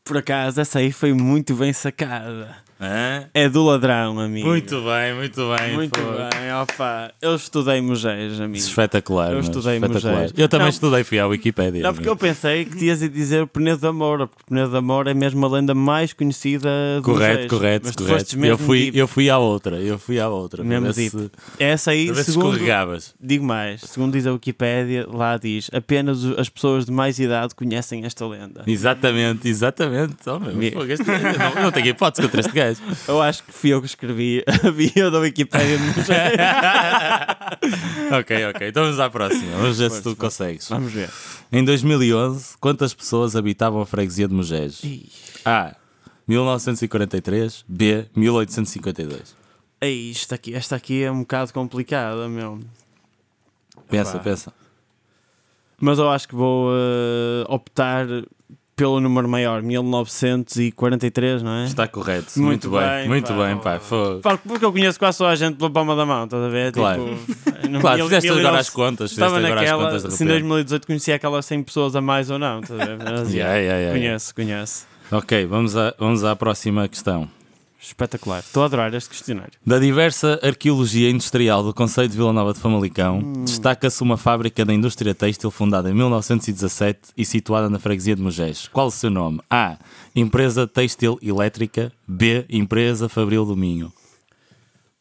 E: Por acaso, essa aí foi muito bem sacada.
C: Hã?
E: É do ladrão, amigo.
C: Ah, Muito bem, muito bem.
E: Muito
C: pô.
E: bem, opa. Eu estudei Mugés, amigo.
C: é Espetacular.
E: Eu
C: meu,
E: estudei
C: espetacular.
E: Mujeres.
C: Eu também
E: Não.
C: estudei, fui à Wikipédia.
E: Não, porque eu
C: meu.
E: pensei que tinhas de dizer o Penedo da Moura, porque o Penedo da Moura é mesmo a lenda mais conhecida do
C: Correto, correto,
E: Mas tu fostes
C: correto.
E: mesmo
C: Eu fui,
E: deep.
C: eu fui à outra, eu fui à outra.
E: Mesmo
C: para ver
E: deep.
C: se-
E: Essa aí,
C: para ver se
E: segundo,
C: escorregavas.
E: Digo mais, segundo diz a Wikipédia, lá diz apenas o- as pessoas de mais idade conhecem esta lenda.
C: Exatamente, exatamente. Oh, meu,
E: Me-
C: fogo, este- não, não tenho hipótese contra este
E: (laughs)
C: gajo.
E: Eu acho que fui eu que escrevi (laughs) a bio da Wikipédia.
C: (laughs) ok, ok. Então vamos à próxima. Vamos ver se tu consegues.
E: Vamos ver.
C: Em 2011, quantas pessoas habitavam a freguesia de Mugés? A. 1943. B. 1852.
E: Ei, esta É aqui, esta aqui é um bocado complicada, meu.
C: Pensa,
E: Epá.
C: pensa.
E: Mas eu acho que vou eh, optar pelo número maior, 1943, não é?
C: Está correto.
E: Muito
C: Muito, bem,
E: bem,
C: muito
E: pá.
C: bem, pá. Fogo.
E: Pá, Porque eu conheço quase só a gente pela palma da mão, estás a ver?
C: Claro. (laughs)
E: Tipo, no
C: Claro,
E: mil-
C: fizeste
E: mil e
C: agora
E: nove-
C: as contas. Fizeste
E: Estava
C: agora as
E: naquela, assim,
C: contas de
E: se em
C: repente.
E: 2018 conhecia aquelas 100 pessoas a mais ou não, estás a ver?
C: (laughs)
E: Mas, assim,
C: Yeah, yeah, yeah, yeah.
E: Conheço, conheço.
C: Ok, vamos, à- vamos à próxima questão.
E: Espetacular. Estou a adorar este questionário.
C: Da diversa arqueologia industrial do Conselho de Vila Nova de Famalicão, destaca-se uma fábrica da indústria têxtil fundada em 1917 e situada na freguesia de Mugés. Qual o seu nome? A. Empresa Têxtil Elétrica. B. Empresa Fabril do Minho.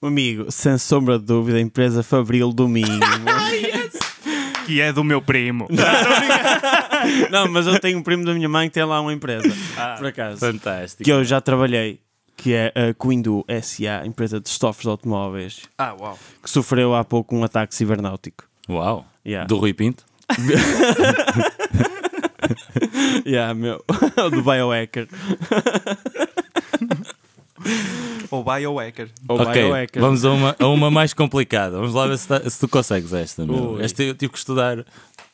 E: Amigo, sem sombra de dúvida, a empresa Fabril do Minho.
C: (laughs)
F: Que é do meu (laughs) primo.
E: não, mas eu tenho um primo da minha mãe que tem lá uma empresa, por acaso,
C: Ah, Fantástico.
E: que eu já trabalhei, que é a Quindu SA, empresa de estofos de automóveis,
F: Ah, uau.
E: que sofreu há pouco um ataque cibernáutico. (laughs)
C: Uau.
E: Yeah.
C: Do Rui Pinto?
E: Yeah, meu. (laughs) do Biohacker.
F: Ou é, biohacker.
E: Ou
C: ok,
E: Biohacker.
C: vamos a uma, a uma mais complicada. Vamos lá ver se, tá- se tu consegues esta. meu.
E: Ui.
C: Esta eu tive que estudar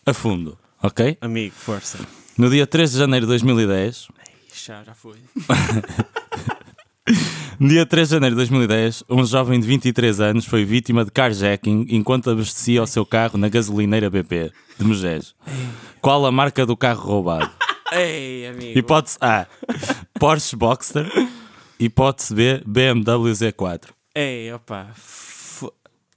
C: a fundo. Ok?
E: Amigo, força.
C: No dia 3 de janeiro de 2010,
E: Já, já
C: (laughs)
E: foi.
C: No Dia 3 de janeiro de 2010, um jovem de 23 anos foi vítima de carjacking enquanto abastecia o seu carro na gasolineira BP de Megés. Qual a marca do carro roubado?
E: Ei, amigo.
C: Hipótese A: Porsche Boxster. Hipótese B: BMW Z4.
E: Ei, opa. F...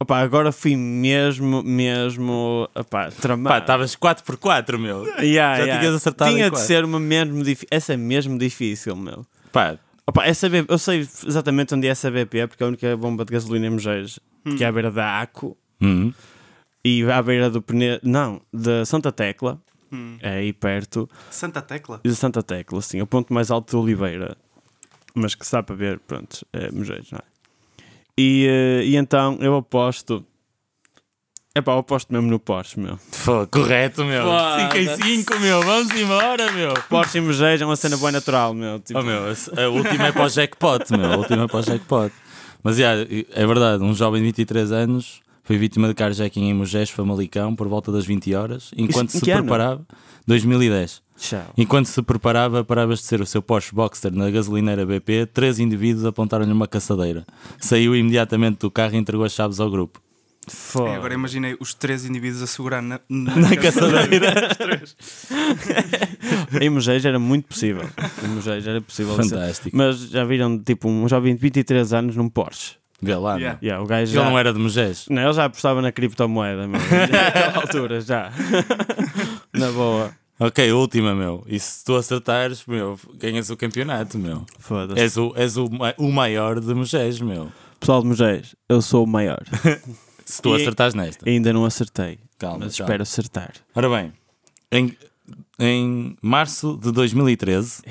E: Opa, agora fui mesmo, mesmo. Opa, tramado.
C: Pá, estavas 4x4, meu.
E: Yeah,
C: Já
E: yeah.
C: tinhas acertado
E: Tinha
C: em
E: de
C: quatro.
E: ser uma mesmo difícil. Essa é mesmo difícil, meu.
C: Pá,
E: Opa, essa BP, eu sei exatamente onde é essa BP, porque é a única bomba de gasolina em Mojeiros, que é à beira da ACO
C: hum,
E: e à beira do Pene... Não, da Santa Tecla.
C: Hum.
E: É aí perto.
F: Santa Tecla.
E: E da Santa Tecla, sim, é o ponto mais alto de Oliveira. Mas que sabe para ver, pronto, é Mojeiros, não é? E, eh, e então eu aposto. Epá, eu aposto mesmo no Porsche, meu.
C: Fô, correto, meu.
E: Foda.
C: 5 em 5, meu. Vamos embora, meu.
E: Porsche em Mojeiros é uma cena boa natural, meu. Tipo,
C: Oh, meu, a a última é para o jackpot, meu. A última é para o jackpot. Mas yeah, é verdade, um jovem de 23 anos foi vítima de carjacking em Mugés, Famalicão, por volta das 20 horas, enquanto
E: Isso em
C: se
E: que ano?
C: preparava. 2010.
E: Tchau.
C: Enquanto se preparava para abastecer o seu Porsche Boxster na gasolineira BP, três indivíduos apontaram-lhe uma caçadeira. Saiu imediatamente do carro e entregou as chaves ao grupo. É,
F: E
E: Foda.
F: agora imaginei os três indivíduos a segurar na,
C: Na caçadeira.
E: Em Mojeiros era muito possível. Em Mojeiros era possível.
C: Fantástico.
E: Mas já viram, tipo, um jovem de 23 anos num Porsche.
C: Vê lá.
F: (laughs) Yeah.
C: meu.
E: Yeah, o gajo
C: Ele
E: já,
C: não é- era de Mojés.
E: Não, ele já apostava na criptomoeda,
C: (laughs)
E: meu. Naquela altura, já. (laughs) na boa.
C: Ok, última, meu. E se tu acertares, meu, ganhas o campeonato, meu.
E: Foda-se.
C: És o, és o, ma- o maior de Mojés, meu.
E: Pessoal de Mojés, eu sou o maior.
C: Se tu
E: E-
C: acertares nesta.
E: Ainda não acertei,
C: é- Calma,
E: mas
C: calma.
E: espero acertar.
C: Ora bem, em, em março de 2013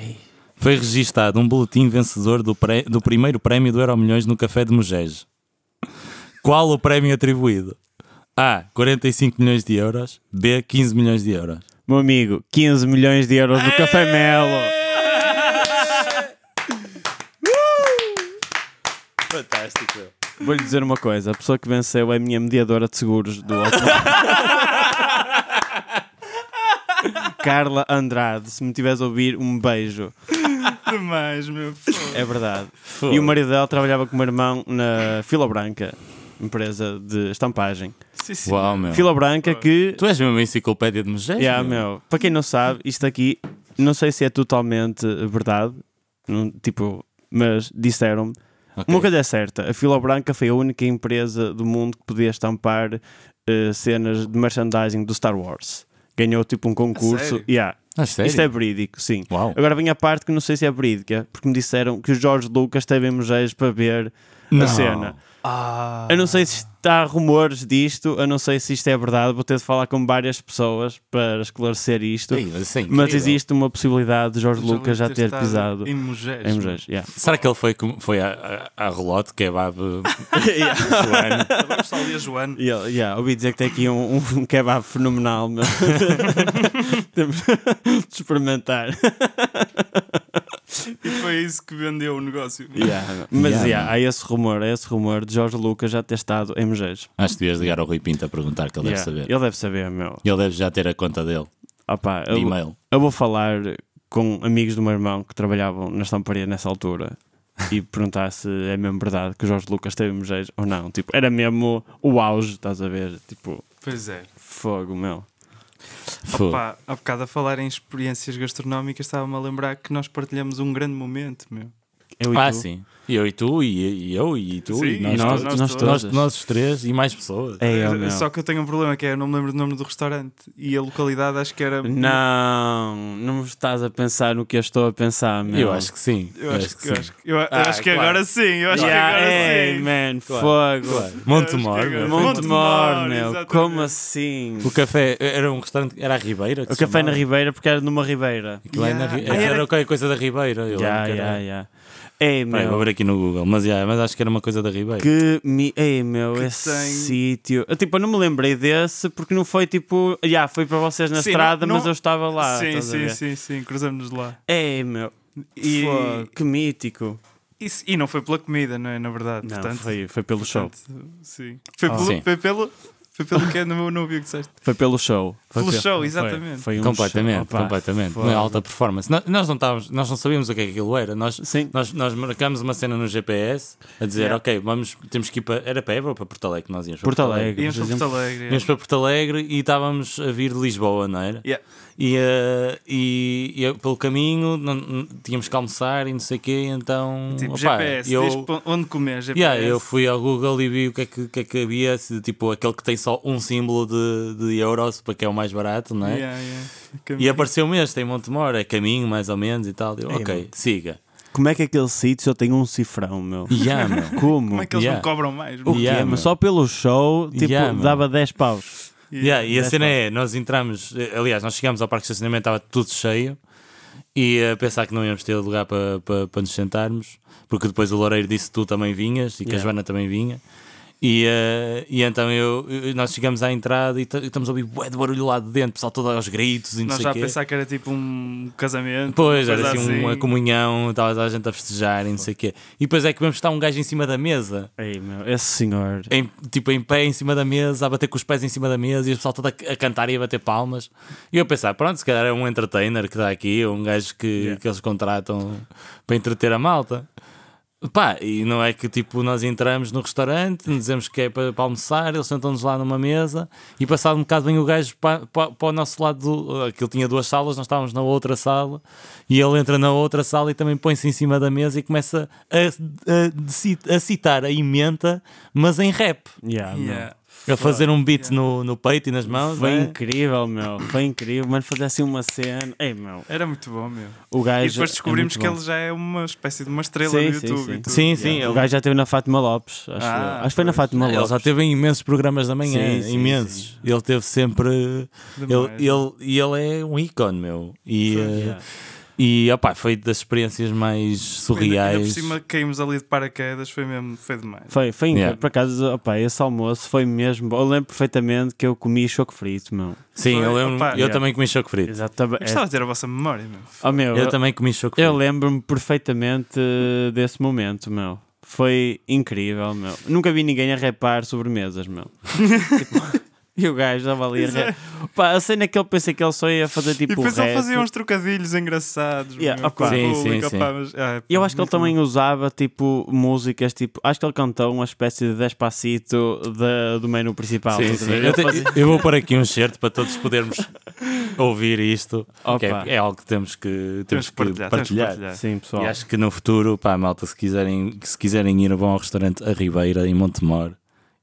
C: foi registado um boletim vencedor do, pré- do primeiro prémio do Euromilhões no Café de Mugejo. Qual o prémio atribuído? A. 45 milhões de euros. B. 15 milhões de euros.
E: Meu amigo, 15 milhões de euros no Café Melo.
C: Fantástico.
E: Vou-lhe dizer uma coisa: a pessoa que venceu é a minha mediadora de seguros do Alto. Carla Andrade, se me tiveres a ouvir, um beijo.
F: Demais, meu. foda.
E: É verdade. E o marido dela trabalhava com o meu irmão na Fila Branca, empresa de estampagem.
F: Sim, sim.
C: Uau, meu.
E: Fila Branca que.
C: Tu és mesmo a enciclopédia de Mugejo?
E: Yeah, meu. Para quem não sabe, isto aqui, não sei se é totalmente verdade, não- tipo, mas disseram-me.
C: Ok.
E: Uma coisa é certa, a Fila Branca foi a única empresa do mundo que podia estampar eh, cenas de merchandising do Star Wars. Ganhou tipo um concurso.
F: sério?
E: Yeah.
C: Ah, sério?
E: Isto é verídico, sim.
C: Uau.
E: Agora vem a parte que não sei se é verídica, porque me disseram que o Jorge Lucas teve em Mojeiros para ver
C: Não.
E: a cena.
F: Ah,
E: Eu
C: Ah.
E: não sei se está rumores disto, eu não sei se isto é verdade, vou ter de falar com várias pessoas para esclarecer isto.
C: Ei, mas isso é
E: Mas
C: incrível.
E: existe uma possibilidade de
F: Já
E: Jorge Lucas já
F: deve
E: ter
F: estado
E: pisado
F: Em Mugés.
E: em Mojeiros.
C: (laughs)
E: Yeah. (laughs)
C: Será que ele foi, com- foi a, a, a relote, kebab, joelho?
F: Agora só ali a Joana.
E: E eu- yeah, ouvi dizer que tem aqui um, um kebab fenomenal.
C: (laughs)
E: meu. Temos de experimentar.
F: E foi isso que vendeu o negócio.
E: Mas
C: Yeah,
E: yeah,
C: man.
E: há esse rumor, há esse rumor de Jorge Lucas já ter estado em Mojeiros.
C: Acho que devias ligar ao Rui Pinto a perguntar que ele
E: Yeah,
C: deve saber.
E: Ele deve saber, meu.
C: Ele deve já ter a conta dele,
E: Opa,
C: de
E: eu,
C: e-mail.
E: eu vou falar com amigos do meu irmão que trabalhavam na estamparia nessa altura e perguntar se é mesmo verdade que o Jorge Lucas teve Mojeiros ou não. Tipo, era mesmo o auge, estás a ver? Tipo,
F: Pois é.
E: fogo, meu.
C: Fogo.
F: Pá, há bocado a falar em experiências gastronómicas, estava-me a lembrar que nós partilhamos um grande momento, meu.
E: Eu e
C: ah,
E: tu.
C: sim. E eu e tu, e, e eu e tu, e
F: Sim,
C: nós,
F: e
E: nós-
C: todos.
E: nós
C: nós,
E: todos.
C: nós os três e mais pessoas.
E: É, eu, meu.
F: Só que eu tenho um problema que é eu não me lembro do nome do restaurante e a localidade acho que era.
E: Não, não me estás a pensar no que eu estou a pensar, meu.
C: Eu acho que sim.
F: Eu
E: É,
F: acho que, eu
C: sim.
F: acho que, eu, eu
C: Ah,
F: acho que
C: claro.
F: agora sim, eu acho
E: Yeah,
F: que agora
D: é
E: ei,
D: assim.
F: sim.
E: man,
C: Claro,
E: fogo.
C: Montemor,
F: Eu acho que
C: meu.
F: agora-
E: Montemor,
F: Montemor,
E: meu.
F: exatamente.
E: Como assim?
C: O café era um restaurante, era a Ribeira. que
E: O
C: se
E: café na
C: chamava?
E: Ribeira, porque era numa Ribeira.
C: Aquilo é na Ri-
F: Yeah. Ah,
C: Era
F: era-
C: qualquer coisa da Ribeira. Eu
E: Já,
C: lembro que
E: já,
C: era-
E: já. Ei,
C: Peraí,
E: meu.
C: vou ver aqui no Google, mas, yeah, mas acho que era uma coisa da Ribeira.
E: Que mi... Ei, meu,
F: Que
E: esse
F: tem-
E: sítio. Eu, Tipo, eu não me lembrei desse porque não foi tipo. Já, foi para vocês na
F: Sim,
E: estrada,
F: não-
E: mas eu estava lá.
F: sim,
E: estás a
F: sim,
E: ver?
F: sim, sim, cruzamos-nos lá.
E: Ei, meu.
F: E-
E: Fô, que mítico.
F: Isso- e não foi pela comida, não é? Na verdade.
E: Não,
F: portanto,
E: foi, foi pelo show.
F: portanto, Sim. Foi,
E: Ah.
F: pelo,
C: Sim.
F: foi pelo. Foi pelo que é, não, não ouvi o que disseste.
E: Foi pelo show. Foi
F: Pelo
E: pe-
F: show, exatamente.
E: Foi um
C: completamente,
E: show. Opa,
C: completamente.
E: fô.
C: Não é alta performance. Nós, nós não estávamos, nós não sabíamos o que é que aquilo era. Nós,
E: Sim.
C: nós, nós marcamos uma cena no GPS a dizer,
E: Yeah.
C: ok, vamos, temos que ir para. Era para Évora ou para Porto Alegre que nós íamos? para
E: Porto Alegre.
F: Íamos para
E: por
F: Porto
E: exemplo.
F: Alegre. é.
C: Íamos para Porto Alegre e estávamos a vir de Lisboa, não era?
F: Yeah.
C: E, eh, e, e eu, pelo caminho não- não- tínhamos que almoçar e não sei o quê, então.
F: Tipo,
C: opá,
F: GPS,
C: eu,
F: diz pa- onde comer, GPS.
C: Yeah, eu fui ao Google e vi o que é que, o que é que havia, se, tipo aquele que tem só um símbolo de, de euros, porque é o mais barato, não é?
F: Yeah, yeah.
E: é
F: é
C: E apareceu-me este em Montemor, é caminho mais ou menos e tal. Eu, ok, siga.
E: Como é que aquele sítio só tem um cifrão, meu?
C: Yeah, meu.
E: Como?
F: Como é que eles
C: Yeah.
F: não cobram mais?
E: O quê?
C: Yeah, meu.
E: mas só pelo show, tipo,
C: Yeah, meu.
E: dava 10 paus.
C: Yeah, e a
E: Dez
C: cena é, nós entramos, eh, aliás, nós chegámos ao parque de estacionamento, estava tudo cheio, e a pensar que não íamos ter lugar para, para, para nos sentarmos, porque depois o Loureiro disse que tu também vinhas e que a
E: Yeah.
C: Joana também vinha. E, eh, e então eu, eu- nós chegamos à entrada e, t- e estamos a ouvir bué de barulho lá de dentro, pessoal todo aos gritos e não
F: Nós
C: sei
F: já
C: quê.
F: pensar que era tipo um casamento.
C: Pois,
F: uma
C: era
F: coisa
C: assim, uma comunhão, estava toda a gente a festejar e não sei o quê. E depois é que vemos que está um gajo em cima da mesa,
E: Ei, meu, esse senhor.
C: em- tipo em pé em cima da mesa, a bater com os pés em cima da mesa e o pessoal todo a, a cantar e a bater palmas. E eu a pensar, pronto, se calhar é um é entertainer que está aqui, um gajo que, que eles contratam para entreter a malta. Pá, e não é que tipo nós entramos no restaurante, dizemos que é para, para almoçar, eles sentam-nos lá numa mesa e passado um bocado vem o gajo para, para, para o nosso lado, do, aquilo tinha duas salas, nós estávamos na outra sala e ele entra na outra sala e também põe-se em cima da mesa e começa a, a, a citar a emenda, mas em rap,
E: Yeah, meu.
F: Yeah.
C: a fazer um beat no, no peito e nas mãos.
E: Foi
C: não é?
E: incrível, meu. Foi incrível. Mano, fazer assim uma cena. Ei, meu.
F: Era muito bom, meu.
E: O gajo.
F: E depois
E: é
F: descobrimos
E: muito
F: que
E: bom.
F: ele já é uma espécie de uma estrela
E: Sim,
F: no
E: sim,
F: YouTube.
E: sim.
F: e tudo.
C: Sim, sim,
E: O
C: ele,
E: gajo já teve na Fátima Lopes. Acho,
F: Ah,
E: eu. acho que foi na
F: pois.
E: Fátima
C: ele
E: Lopes.
C: já teve imensos programas da manhã,
E: Sim, sim,
C: imensos. Ele teve sempre.
D: né?
C: Ele,
F: Demais.
C: ele, e ele é um ícone, meu. E, eh,
E: yeah.
C: e opá, foi das experiências mais
F: Ainda, ainda por
C: surreais.
F: cima caímos ali de paraquedas, foi mesmo, foi demais.
E: Foi, foi incrível.
C: Yeah.
E: Por acaso, opa, esse almoço foi mesmo. bom. Eu lembro perfeitamente que eu comi choco frito, meu.
C: Sim,
F: Foi,
C: eu lembro.
F: opá,
C: eu
E: yeah.
C: também comi choco frito.
E: Exatamente.
F: Eu gostava de ter a vossa memória, meu.
E: Oh, meu,
C: Eu
E: eu,
C: também comi choco frito.
E: eu lembro-me perfeitamente eh, desse momento, meu. Foi incrível, meu. Nunca vi ninguém a repar sobremesas, meu.
F: (laughs)
E: Tipo, (laughs) e o gajo estava ali a rap. Pá, a cena é que ele pensei que ele só ia fazer
F: é. E
E: tipo.
F: depois
E: o
F: ele
E: rap.
F: fazia uns trocadilhos engraçados.
E: Yeah,
F: meu, com o
E: opa.
C: Sim, sim,
F: público,
C: sim.
F: opa, mas, ah,
E: Eu acho que ele
F: muito
E: também usava tipo músicas, tipo, acho que ele cantou uma espécie de despacito da- do menu principal.
C: Sim,
E: estás a
C: sim.
E: ver?
C: Eu, te- eu vou pôr aqui um certo para todos podermos ouvir isto.
E: Opa.
C: que É, é algo que temos que,
F: Temos
C: temos que
F: que partilhar,
C: partilhar.
F: temos que partilhar.
E: Sim, pessoal.
C: E acho que no futuro, pá, malta, se quiserem, que se quiserem ir, vão ao restaurante A Ribeira, em Montemor,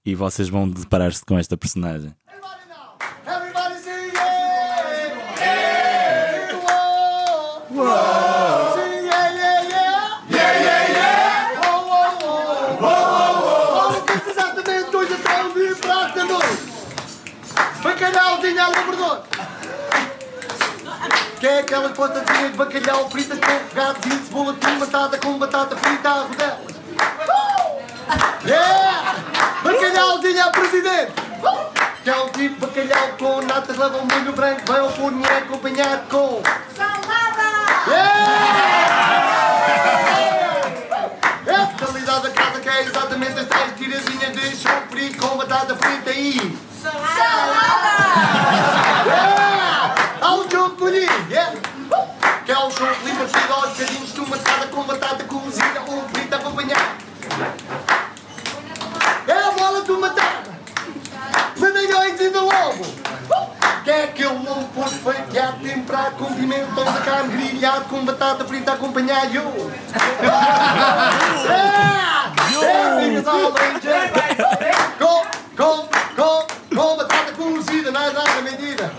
C: e vocês vão deparar-se com esta personagem.
G: Everybody say yeah! Yeah! Whoa! Whoa! Say yeah, yeah, yeah! Yeah, yeah, yeah! Whoa, whoa, whoa! Whoa, whoa, whoa! Vamos exatamente dois a três mil pratos de noite! Bacalhauzinho à labrador! Que é aquela pantazinha de bacalhau é frita com gatinho, cebola matada com batata frita à rodela. Yeah! Bacalhauzinho à presidente! Que é um é tipo de bacalhau com natas, leva um molho branco, vai ao forno e é acompanhado com... Salada! Yeah! É a totalidade da casa que é exatamente as tais tirazinhas de chão frito com batata frita e... Há um jogo bonito, yeah. Que é um jogo livre, cheio aos bocadinhos de uma matada com batata cozida ou frita acompanhada. É a bola de uma matada. Medalhões e de lobo. Que é aquele lobo posto feiteado, temperado com pimentões da carne, grelhado com batata frita acompanhada. Yo! É! É, minhas almas, é. Com, com, com, com batata cozida, não é nada medida.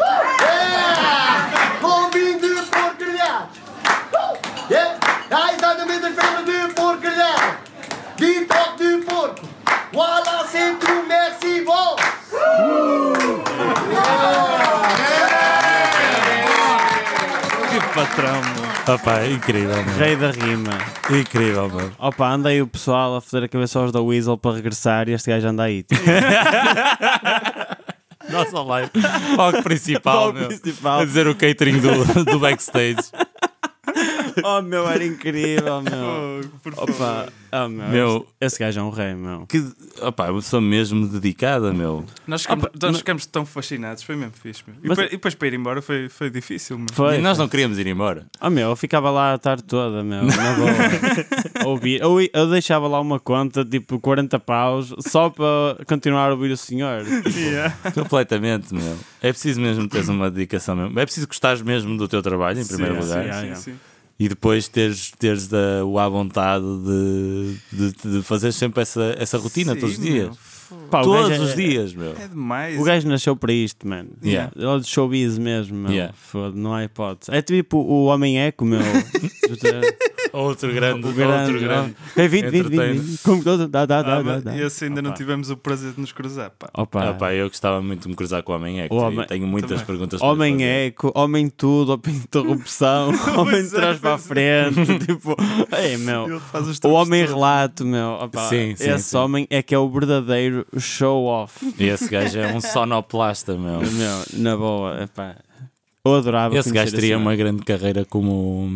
G: É! Com vinho de porcaria. É! Há exatamente a fama de porcaria. Guintoque de porco. Wala Centro, merci, vós.
E: patrão,
C: Opá, é incrível, mano.
E: rei da rima.
C: Incrível, mano.
E: Opa, anda aí o pessoal a foder a cabeça aos da Weasel para regressar e este gajo anda aí.
F: (laughs)
E: tipo.
C: Nossa live. Palco principal,
E: Palco
C: meu.
E: principal.
C: A dizer o catering do, do backstage.
E: oh meu, era incrível,
F: (laughs)
E: meu.
F: fogo, por favor.
C: (laughs)
E: Opa, oh, meu.
C: Meu.
E: Esse gajo é um rei, meu.
C: Que, opá, eu sou mesmo dedicada, meu.
F: Nós ficamos, nós ficamos tão fascinados, foi mesmo fixe, meu. E,
E: Mas-
F: depois, e depois para ir embora foi, foi difícil, meu.
E: Foi.
C: E nós não queríamos ir embora.
E: Oh meu, eu ficava lá a tarde toda, meu, na
C: (laughs)
E: boa. a ouvir. Eu, eu deixava lá uma conta, tipo 40 paus, só para continuar a ouvir o senhor. Tipo,
C: Completamente, meu. É preciso mesmo teres uma dedicação, mesmo. É preciso gostares mesmo do teu trabalho, em primeiro lugar.
E: sim,
F: Sim,
E: yeah.
F: sim.
C: E depois teres, teres da, o à vontade de, de, de fazer sempre essa, essa rotina
F: Sim,
C: todos os
F: meu,
C: dias.
F: fogo.
E: Pá, o
C: Todos
E: gajo é-
C: os dias, meu.
F: É demais.
E: O gajo nasceu para isto, mano.
C: Yeah.
E: Ele é de showbiz mesmo, meu.
C: Yeah.
E: Foda, não há hipótese. É tipo o Homem Eco,
C: (laughs)
E: meu.
C: Outro grande,
E: o grande.
C: outro grande.
E: É 20, 20, 20.
C: Entertainer.
E: Como todo. Dá, dá, dá,
F: Ah,
E: dá.
F: mas
E: dá.
F: esse ainda não tivemos o prazer de nos cruzar, pá.
E: Opa.
C: Ah, pá, eu gostava muito de me cruzar com o Homem Eco.
E: O Homem-
C: Tenho muitas
F: Também.
C: perguntas para lhe
E: Homem
C: fazer.
E: eco, homem tudo, (laughs) homem interrupção, homem de
F: é,
E: trás para a
F: pois
E: frente, (laughs) tipo, é meu,
F: Ele faz os
E: o
F: truques
E: homem
F: todos.
E: relato, meu, opá,
C: Sim, sim,
E: esse
C: sim.
E: homem é que é o verdadeiro show-off,
C: (laughs) Esse
E: (laughs)
C: gajo é um sonoplasta, meu.
E: meu, na boa, epá. eu adorava
C: Esse gajo
E: conhecer
C: teria
E: esse
C: uma
E: homem.
C: grande carreira como.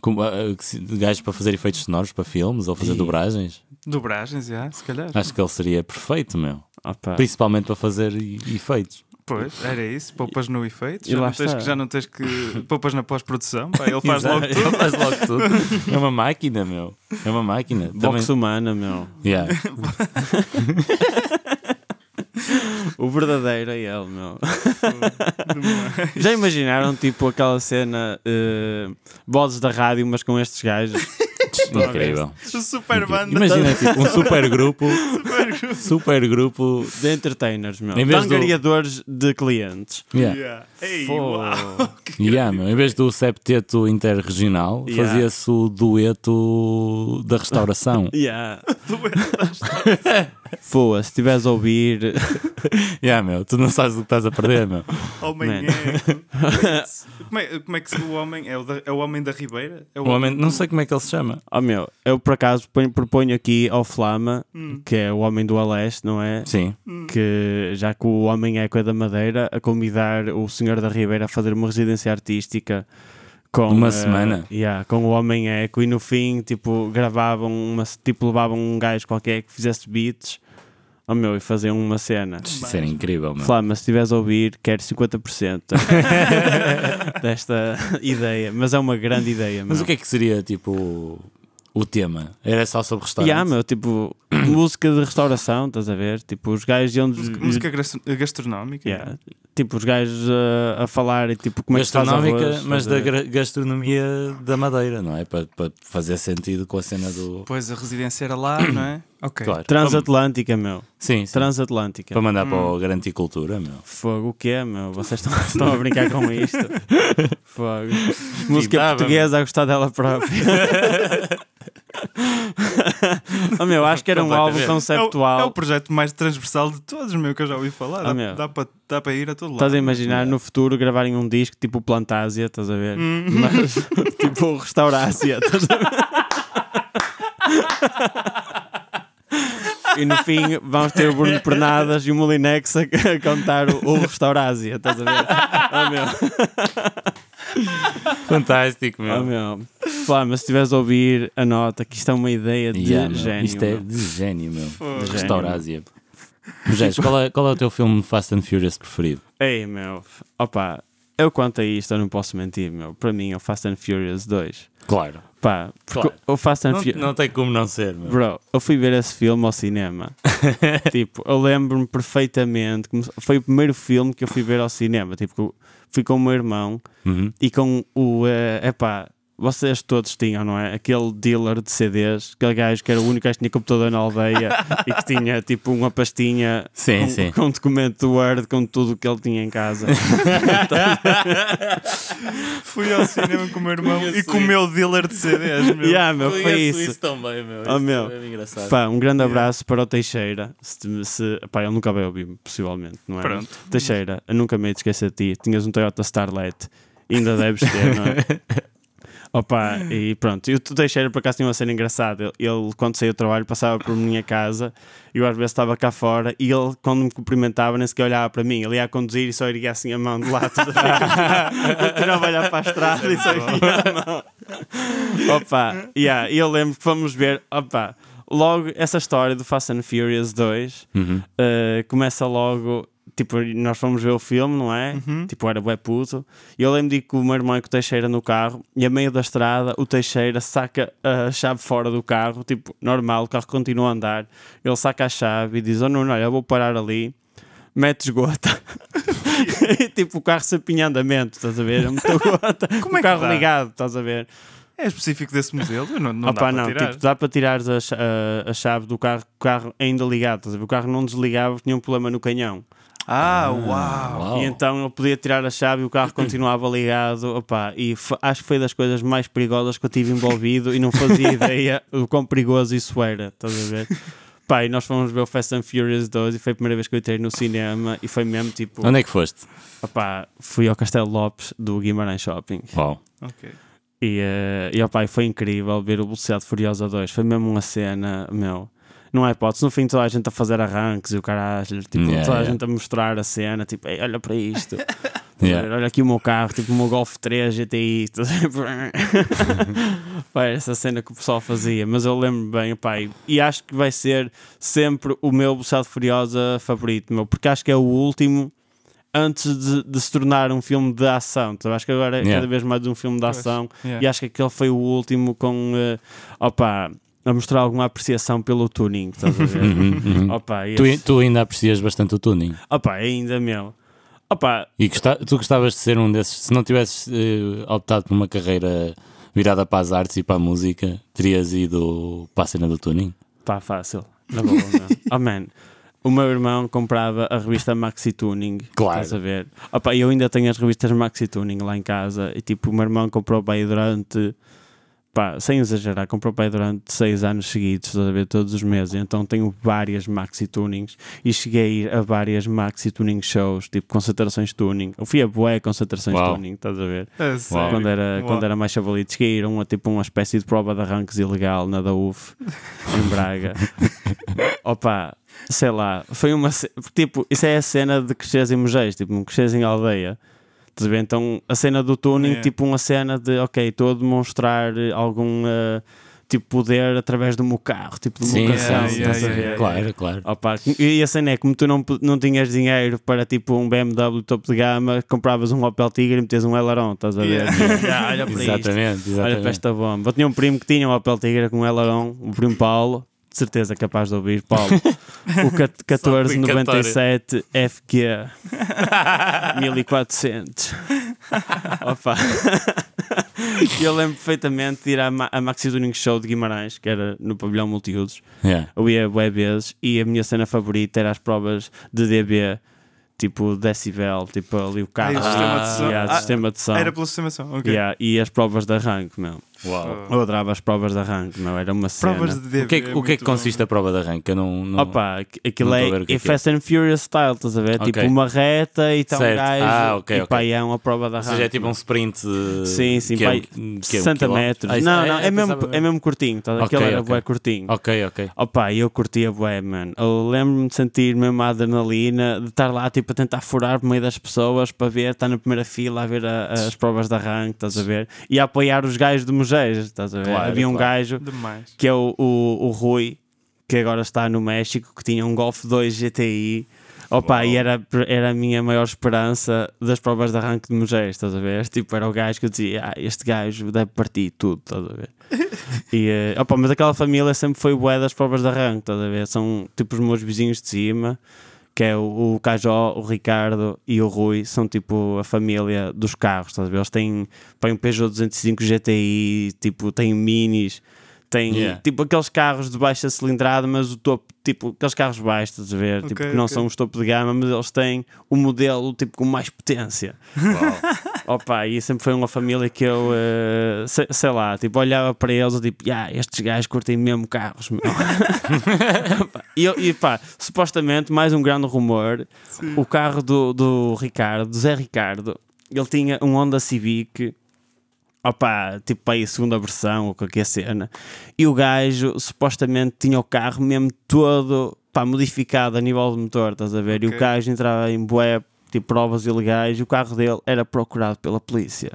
C: como ah, que se- gajo para fazer efeitos sonoros para filmes ou fazer dobragens.
F: Dobragens, já, se calhar.
C: Acho que ele seria perfeito, meu.
E: Opá,
C: Principalmente para fazer e- efeitos.
F: Pois, era isso. Poupas no efeito.
D: E
F: Já
D: lá
F: não, tens
D: está.
F: que, já não tens
E: (laughs)
F: que. Poupas na pós-produção. pá, Ele faz logo
C: Exato,
F: tudo.
C: (laughs) faz logo tudo. É uma máquina, meu. É uma máquina. Também...
E: Box humana, meu.
F: (laughs)
C: Yeah.
E: O verdadeiro é ele, meu. (laughs) Já imaginaram, tipo, aquela cena eh, vozes da rádio, mas com estes gajos?
C: Incrível.
F: um Super banda.
C: Imagina tipo, um super grupo,
E: (laughs)
C: super grupo.
E: De entertainers, meu.
C: Em vez do-
E: Angariadores de clientes.
C: Yeah.
F: Yeah. Ei,
E: Pô.
F: uau. (laughs)
C: Yeah, meu. Em vez do septeto interregional,
E: Yeah.
C: fazia-se o dueto da
F: (laughs)
C: restauração.
E: Yeah. Foa, se estiveres a ouvir.
C: yeah, meu. Tu não sabes o que estás a
F: (laughs)
C: perder, meu.
F: Homem
E: Man. (laughs)
F: é. Como é, como é que se o homem é o, da, é o homem da Ribeira? É o
C: O homem, não sei como é que ele se chama.
E: Oh meu, eu por acaso ponho- proponho aqui ao Flama, que é o homem do Aleste, não é?
C: Hum. Sim.
E: Que já que o homem é coisa da Madeira, a convidar o Senhor da Ribeira a fazer uma residência artística com
C: Uma
E: eh,
C: semana.
E: yeah, com o homem eco e no fim tipo gravavam uma tipo levavam um gajo qualquer que fizesse beats. Oh meu, e faziam uma cena.
C: Isso era incrível, meu.
E: Flama, se estiveres a ouvir, quero 50%
C: (laughs)
E: desta (laughs) ideia, mas é uma grande ideia.
C: Mas
E: meu.
C: o que é que seria tipo o tema? Era só sobre restaurantes?
E: Yeah, meu, tipo, (clears throat) música de restauração, estás a ver? Tipo, os gajos iam.
F: Música gras- gastronómica.
E: Yeah. Tipo, os gajos uh, a falar e tipo, como é que se faz
C: Gastronómica,
E: arroz,
C: mas
E: estás a
C: da
E: ver?
C: gra- gastronomia da Madeira, não é? Para, para fazer sentido com a cena do.
F: Pois a residência era lá, não
E: (coughs)
F: é? Ok.
C: Claro.
E: Transatlântica, meu.
C: Sim, sim.
E: Transatlântica.
C: Para mandar para o Garantir Cultura, meu.
E: Fogo, o que é, meu? Vocês estão, (laughs) estão a brincar com isto.
C: (laughs)
E: Fogo. Música
C: dava,
E: portuguesa a gostar dela
C: (laughs)
E: própria. oh, meu, acho que era um álbum
C: Completamente.
F: É o,
E: conceptual.
F: é o projeto mais transversal de todos, meu, que eu já ouvi falar.
E: Ah,
F: dá,
E: meu. Tá
F: dá para dá para ir a todo
E: Estás
F: lado.
E: a imaginar no futuro gravarem um disco tipo Plantásia, estás a ver?
C: Hum.
E: Mas (laughs) tipo Restaurácia, estás a ver? E no fim vamos ter o Bruno Pernadas e o Molinex a, a contar o, o Restaurásia, estás a ver? Ah, meu.
C: Fantástico,
E: Ah, meu. Flá, mas se estiveres a ouvir, anota que isto é uma ideia de
C: Yeah, meu.
E: gênio.
C: Isto é
E: meu.
C: de gênio, meu. De
E: gênio. (laughs)
C: Restaurásia. Moisés, qual é, qual é o teu filme Fast and Furious preferido?
E: Ei, meu. Opa, eu quanto a isto, eu não posso mentir, meu. Para mim é o Fast and Furious 2.
C: Claro.
E: Pá, porque
C: Claro.
E: o Fast and
C: Não,
E: Furious.
C: não tem como não ser, meu.
E: Bro, eu fui ver esse filme ao cinema. tipo, eu lembro-me perfeitamente. como se- Foi o primeiro filme que eu fui ver ao cinema. Tipo, que eu fui com o meu irmão
C: Uhum.
E: e com o. eh, epá, vocês todos tinham, não é? Aquele dealer de CDs, aquele gajo que era o único gajo que tinha computador na aldeia e que tinha tipo uma pastinha
C: Sim,
E: com,
C: sim.
E: com um documento do Word com tudo o que ele tinha em casa.
F: Fui ao cinema com o meu irmão e
E: assim
F: com o meu dealer de CDs, meu.
E: yeah, meu, foi isso.
C: também, meu.
E: Oh, Isso meu. é
C: engraçado.
E: Pá, um grande abraço para o Teixeira. Se, te- se, pá, ele nunca vai ouvir, possivelmente, não é?
F: Pronto.
E: Teixeira, eu nunca me esquecer de ti. Tinhas um Toyota Starlet, ainda deves ter, não é? Opa, e pronto. E o Teixeira, por acaso, tinha uma cena engraçada. Ele, ele, quando saiu do trabalho, passava por minha casa e eu às vezes estava cá fora e ele, quando me cumprimentava, nem sequer olhava para mim. Ele ia a conduzir e só iria assim a mão de lado. (laughs) Tirava a olhar para a estrada e só iria a mão. Opa, yeah, e eu lembro que fomos ver, opa, logo essa história do Fast and Furious 2 eh, começa logo. Tipo, nós fomos ver o filme, não é? Tipo, era bué puto. E eu lembro de ir com o meu irmão e com o Teixeira no carro, e a meio da estrada, o Teixeira saca a chave fora do carro, tipo, normal, o carro continua a andar. Ele saca a chave e diz: Oh, não, não, eu vou parar ali, mete esgota. (laughs) e, tipo, o carro se apinha em andamento, estás a ver? Eu meto gota,
F: Como é que
E: o carro
F: dá?
E: ligado, estás a ver?
F: É específico desse modelo? Não, não
E: Opa,
F: dá para
E: não,
F: tirar.
E: tipo, dá para tirares a, cha- a- a chave do carro, o carro ainda ligado, estás a ver? O carro não desligava, tinha um problema no canhão.
F: Ah, uau.
C: Uau.
E: E então eu podia tirar a chave e o carro continuava (laughs) ligado, opa, e fo- acho que foi das coisas mais perigosas que eu tive envolvido e
F: (laughs)
E: não fazia ideia do quão perigoso isso era, estás a ver? Pá, e nós fomos ver o Fast and Furious 2 e foi a primeira vez que eu entrei no cinema e foi mesmo tipo,
C: Onde é que foste?
E: opá, fui ao Castelo Lopes do Guimarães Shopping.
C: Uau.
F: Ok. É
E: E, eh, e opa, e foi incrível ver o Velocidade Furiosa 2. Foi mesmo uma cena, meu. Não há hipótese. No fim, toda a gente a fazer arranques e o caralho, tipo,
C: Yeah,
E: toda a
C: yeah.
E: gente a mostrar a cena, tipo, "Ei, olha para
C: (laughs)
E: isto.
C: Yeah.
E: Olha aqui o meu carro, tipo, o meu Golf 3 GTI. Estás a
C: (laughs)
E: ver? Pá, essa cena que o pessoal fazia. Mas eu lembro bem, pá, e- e acho que vai ser sempre o meu Velocidade Furiosa favorito, meu, porque acho que é o último antes de, de se tornar um filme de ação. Então, acho que agora é
C: Yeah.
E: cada vez mais um filme de ação.
D: yeah.
E: E acho que aquele foi o último com. eh, opa, a mostrar alguma apreciação pelo tuning, estás a ver? opa,
C: Uhum, Tu,
E: esse-
C: tu ainda aprecias bastante o tuning.
E: opa, ainda meu. Opa,
C: E gosta- tu gostavas de ser um desses. Se não tivesses eh, optado por uma carreira virada para as artes e para a música, terias ido para a cena do tuning?
E: pá, fácil. Na boa, meu.
C: (laughs)
E: Oh, man. O meu irmão comprava a revista Maxi Tuning.
C: Claro.
E: Estás a ver? Opa, eu ainda tenho as revistas Maxi Tuning lá em casa. E tipo, o meu irmão comprou bem durante. Pá, sem exagerar, comprou bem durante seis anos seguidos, estás a ver? Todos os meses. Então tenho várias Maxi Tunings. E cheguei a ir a várias Maxi Tuning shows, tipo concentrações tuning. Eu fui a boé concentrações
C: Uau.
E: tuning, estás a ver?
F: É sério.
E: Quando era,
F: Uau.
E: quando era mais chavalito, que iram a tipo uma espécie de prova de arranques ilegal na da UF em
F: (laughs)
E: Braga. Opa, sei lá, foi uma. ce- Tipo, isso é a cena de cresceres em Mojés, tipo, não cresceres em aldeia. Estás a ver? Então a cena do tuning,
F: É.
E: tipo, uma cena de, ok, estou a demonstrar algum. eh, Tipo, poder através do meu carro, tipo, do meu
C: assim,
F: sim,
E: carro,
F: sim,
E: estás a
F: sim.
E: ver?
C: Claro, claro.
E: Opa, e a cena é como tu não, p- não tinhas dinheiro para tipo um BMW topo de gama, compravas um Opel Tigre e metias um Aileron, estás a ver? (laughs) Ah, olha para isto.
C: Exatamente,
E: Olha para
C: exatamente.
E: esta bomba. Eu tinha um primo que tinha um Opel Tigre com um Aileron, o primo Paulo, de certeza capaz de ouvir, (laughs) Paulo. O cat- 1497 FQ (laughs) 1400. Opa. (laughs) Eu lembro perfeitamente de ir à, Ma- à Maxi Tuning Show de Guimarães, que era no pavilhão multiusos.
C: Yeah.
E: Eu ia bué vezes e a minha cena favorita era as provas de DB, tipo decibel, tipo ali o carro.
F: Ah, e o sistema de som.
E: yeah,
F: Ah,
E: sistema de som.
C: Então,
F: Era pela sistemação, ok.
E: Yeah, e as provas de arranque, meu.
C: Uau.
E: Eu adorava as provas de arranque, meu. Era uma cena.
F: Oh. Provas de DB.
C: O que é, que- o que, é
F: muito
C: que consiste a prova de arranque? Eu não, não...
E: Opa, aqu- aquilo
C: não
E: é,
C: estou a ver o que é
E: é
C: que é.
E: Fast and Furious style, estás a ver?
C: Ok.
E: Tipo uma reta e tal um
C: Certo.
E: gajo
C: Ah, ok,
E: e
C: ok.
E: pá, e é uma prova de
C: Ou
E: arranque.
C: seja, é tipo um sprint de
E: Sim, sim,
C: que é um-
E: pai,
C: que é um
E: 60
C: quilómetro.
E: metros.
C: Ah, isso-
E: não, não, é,
C: eu
E: mesmo,
C: pensava-
E: é mesmo curtinho, estás a ver?
C: Ok,
E: aquilo era
C: ok.
E: bué curtinho.
C: Ok, ok.
E: Opa, eu curtia bué, mano. Eu lembro-me de sentir mesmo a adrenalina, de estar lá tipo a tentar furar por meio das pessoas para ver, estar na primeira fila a ver a- as provas de arranque, estás a ver? E a apoiar os gajos de Mojejas, estás a ver?
C: Claro,
E: Havia um
C: claro.
E: gajo
F: Demais.
E: que é o, o, o Rui, que agora está no México, que tinha um Golf 2 GTI. Opa, e era, era a minha maior esperança das provas de arranque de Mojejas, estás a ver? Tipo, era o gajo que eu dizia, ah, este gajo deve partir tudo, estás a ver? E, eh, opa, mas aquela família sempre foi bué das provas de arranque, estás a ver? São tipo os meus vizinhos de cima, que é o, o Cajó, o Ricardo e o Rui, são tipo a família dos carros, estás a ver? Eles têm põem um Peugeot 205 GTI, tipo, têm minis, têm
C: Yeah.
E: tipo aqueles carros de baixa cilindrada, mas o topo, tipo, aqueles carros baixos, estás a ver? tipo,
F: Ok,
E: que não
F: ok.
E: são os topo de gama, mas eles têm o modelo tipo com mais potência. (laughs) Opa, e sempre foi uma família que eu, eh, se- sei, lá, tipo, olhava para eles e tipo, "Ya, estes gajos curtem mesmo carros, meu." (laughs) Opa, e, eu- e pá, supostamente, mais um grande rumor, o carro do, do Ricardo, do Zé Ricardo, ele tinha um Honda Civic, opa, tipo aí segunda versão ou qualquer cena, e o gajo supostamente tinha o carro mesmo todo, pá, modificado a nível de motor, estás a ver? E o
F: Ok.
E: gajo entrava em bué, tipo provas ilegais, e o carro dele era procurado pela polícia.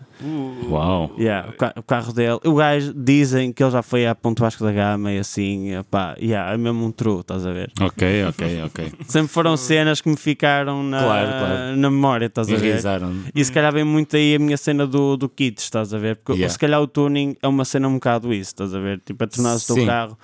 C: Uau.
E: Yeah, o, ca- o carro dele. O gajo dizem que ele já foi a Ponto Vasco da Gama e assim, pá, yeah, é mesmo um true, estás a ver?
C: Ok, ok, ok.
E: Sempre foram cenas que me ficaram na,
C: Claro, claro.
E: na memória, estás a ver?
C: Enraizaram.
E: E se calhar vem muito aí a minha cena do, do kit, estás a ver? Porque
C: Yeah.
E: se calhar o tuning é uma cena um bocado isso, estás a ver? Tipo, a tornar o teu
C: Sim.
E: carro.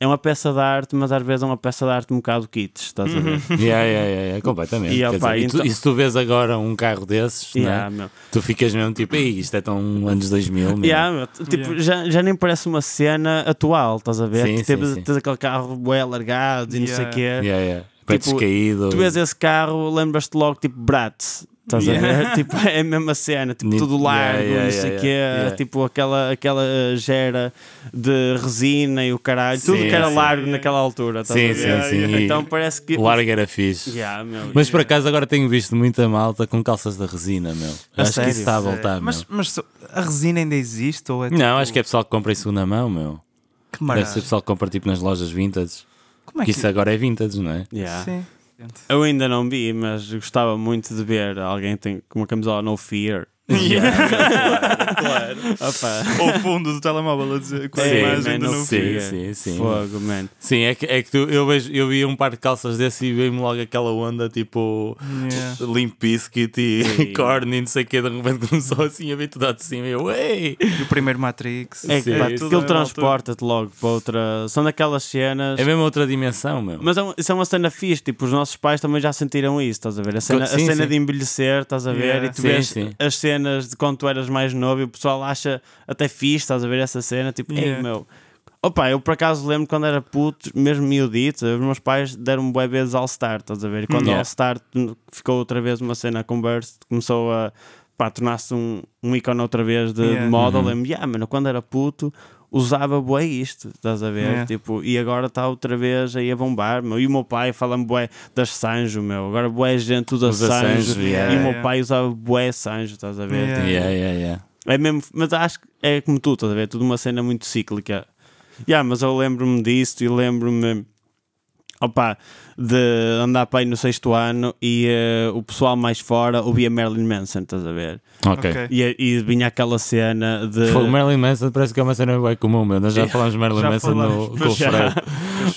E: É uma peça de arte, mas às vezes é uma peça de arte um bocado kit, estás a ver?
C: Yeah, yeah, yeah, yeah, completamente.
E: E,
C: Quer
E: opá,
C: dizer, e, tu-
E: então-
C: e se tu vês agora um carro desses, não é?
E: Yeah, meu.
C: tu ficas mesmo tipo, Ei, isto é tão anos 2000.
E: (laughs)
C: meu."
E: Yeah, meu, t- tipo, Já, já nem parece uma cena atual, estás a ver?
C: Sim,
E: Tu
C: sim,
E: tens,
C: sim.
E: tens aquele carro bem alargado e não sei o
F: Yeah.
E: quê.
C: Yeah, yeah. Pé
E: Tipo,
C: descaído.
E: Tu vês esse carro, lembras-te logo tipo Bratz. Estás a ver? (laughs) Tipo, é a mesma cena, tipo,
C: Ni-
E: tudo largo,
C: Yeah, yeah,
E: não sei o
C: yeah,
E: quê,
C: yeah.
E: tipo aquela, aquela eh, gera de resina e o caralho, tudo
C: Sim,
E: que era
C: sim.
E: largo naquela altura. estás
C: Sim,
E: a
C: sim,
E: ver?
C: sim. e
E: Então parece que.
C: o largo era fixe.
E: Yeah, meu,
C: Mas por acaso agora tenho visto muita malta com calças da resina, meu.
E: A
C: acho
E: sério?
C: que isso está a voltar,
F: Mas,
C: meu.
F: mas só- a resina ainda existe? Ou é
C: Não, acho que é pessoal que compra em segunda mão, meu.
F: Que
C: Deve ser
F: maravilha.
C: pessoal que compra tipo nas lojas vintage.
F: Como é
C: Que
F: que
C: isso agora é vintage, não é?
E: yeah.
F: Sim.
E: Eu ainda não vi, mas gostava muito de ver alguém tem com uma camisola No Fear (laughs)
F: (laughs) Ou fundo do telemóvel a dizer com a
E: Sim,
F: imagem
E: man,
F: do
E: não
F: novo
E: sei.
F: filho.
C: Sim,
E: fica.
C: sim, sim.
E: é Fogo, man.
C: Sim, é que, é que tu, eu, vejo, eu vi um par de calças desse e veio-me logo aquela onda tipo
D: Yeah.
C: Limp Bizkit e (laughs) Korn e não sei o que. De repente começou assim a ver tudo de cima e eu, ei! é
F: E o primeiro Matrix.
E: É que
C: Sim,
E: pá,
C: tá tudo
E: aquilo
F: na mesma
E: transporta-te logo para outra. São daquelas cenas.
C: É mesmo outra dimensão, meu.
E: Mas é um- isso é uma cena fixe, tipo, os nossos pais também já sentiram isso, estás a ver? A cena, a
C: Sim,
E: cena
C: sim.
E: de envelhecer, estás a ver?
F: Yeah.
E: E tu
C: Sim,
E: vês
C: sim.
E: as cenas de quando tu eras mais novo e o pessoal acha até fixe, estás a ver essa cena? Tipo, ei
D: Yeah.
E: meu. Opa, eu por acaso lembro quando era puto, mesmo miudito, os meus pais deram-me bué vezes All Star, estás a ver? E quando
C: Yeah.
E: All Star t- ficou outra vez uma cena com Burst, começou a pá, tornar-se um, um ícone outra vez de,
D: Yeah.
E: de
C: Uhum.
E: moda, lembro-me, ah, mano, quando era puto usava bué isto, estás a ver?
C: É.
D: Yeah.
E: Tipo, e agora está outra vez aí a bombar, meu. E o meu pai fala-me bué das Sanjo, meu. Agora bué gente usa
C: Usa
E: Sanjo.
C: Sanjo, yeah.
E: E o meu
D: Yeah.
E: pai usava bué Sanjo, estás a ver?
D: Yeah.
E: Tipo,
C: Yeah, yeah, yeah.
E: É mesmo, mas acho que é como tu, estás a ver? É Tudo uma cena muito cíclica. Yeah, mas eu lembro-me disso e lembro-me opa, de andar para aí no sexto ano e eh, o pessoal mais fora ouvia Marilyn Manson, estás a ver?
C: Ok.
F: Ok.
E: E, e vinha aquela cena de.
C: É. Foi o Marilyn Manson parece que é uma cena bem comum, meu. Nós já falámos de Marilyn
F: já
C: Manson no,
F: falámos,
C: com o
E: já.
C: Freire.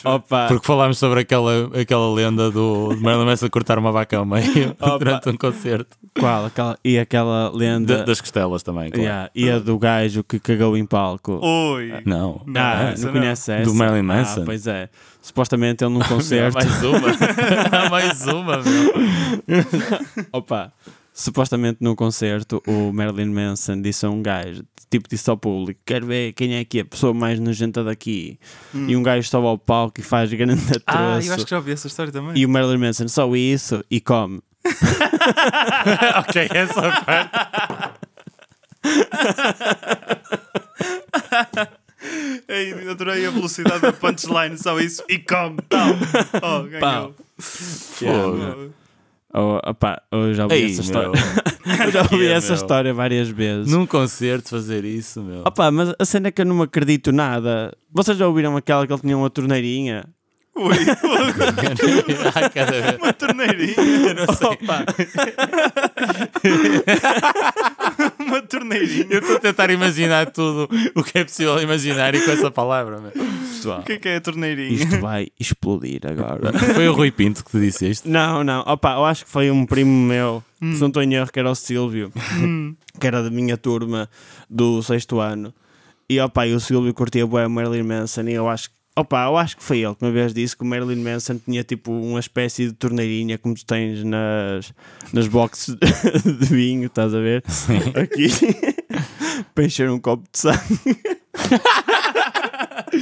E: Opa,
C: Porque falámos sobre aquela, aquela lenda do de Marilyn Manson cortar uma vaca ao meio durante um concerto.
E: qual? Aquela, e aquela lenda.
C: Da- das costelas também, claro.
E: Yeah, e a do gajo que cagou em palco.
D: Oh,
F: Oi.
C: Não.
E: ah,
F: essa
E: não
F: não.
E: conhece essa?
C: Do Marilyn
E: Ah,
C: Manson.
E: pois é. Supostamente ele num concerto.
C: Há mais uma. (laughs) Há mais uma, meu.
E: (laughs) Opa. Supostamente num concerto o Marilyn Manson disse a um gajo, tipo disse ao público, quero ver quem é que é a pessoa mais nojenta daqui. E um gajo sobe ao palco e faz grande
F: Ah,
E: troço.
F: eu acho que já ouvi essa história também.
E: E o Marilyn Manson, só isso e come.
C: ok, essa é
E: (laughs)
C: parte.
F: Ei, adorei a velocidade da punchline, só isso. E come, tal.
C: (laughs)
F: Oh, ganhou.
C: Fogo.
E: Oh, opa, eu já ouvi
C: Ei,
E: essa
C: meu.
E: história. (laughs) Eu já ouvi
C: é,
E: essa
C: meu?
E: história várias vezes.
C: Num concerto fazer isso, meu. (laughs)
E: Opa, mas a cena é que eu não acredito nada. Vocês já ouviram aquela que ele tinha uma torneirinha?
F: Ui,
C: Há cada (laughs) vez.
F: uma torneirinha.
E: Opa,
F: Uma torneirinha.
C: Eu estou a tentar imaginar tudo o que é possível imaginar e com essa palavra, meu.
F: O que é que é a torneirinha?
E: isto vai explodir agora.
C: Foi o Rui Pinto que te disse isto.
E: Não, não. Opa, eu acho que foi um primo meu, se não estou em erro, que era o Silvio, que era da minha turma do sexto ano. E opa, e o Silvio curtia bué o Marilyn Manson e eu acho que. Opa, eu acho que foi ele que uma vez disse que o Marilyn Manson tinha tipo uma espécie de torneirinha como tu tens nas, nas boxes (laughs) de vinho, estás a ver? Sim. Aqui (laughs) para encher um copo de sangue.
C: (laughs)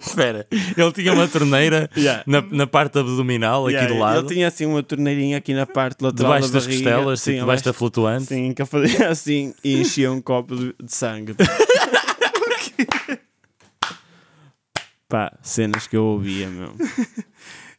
C: Espera, ele tinha uma torneira
E: Yeah.
C: na, na parte abdominal, aqui do lado,
E: Ele tinha assim uma torneirinha aqui na parte lateral
C: debaixo
E: da
C: das
E: barriga.
C: costelas,
E: Sim,
C: tipo, debaixo da flutuante.
E: (laughs) Sim, que eu fazia assim e enchia um copo de, de
C: (laughs)
E: sangue. Pá, cenas que eu ouvia, meu.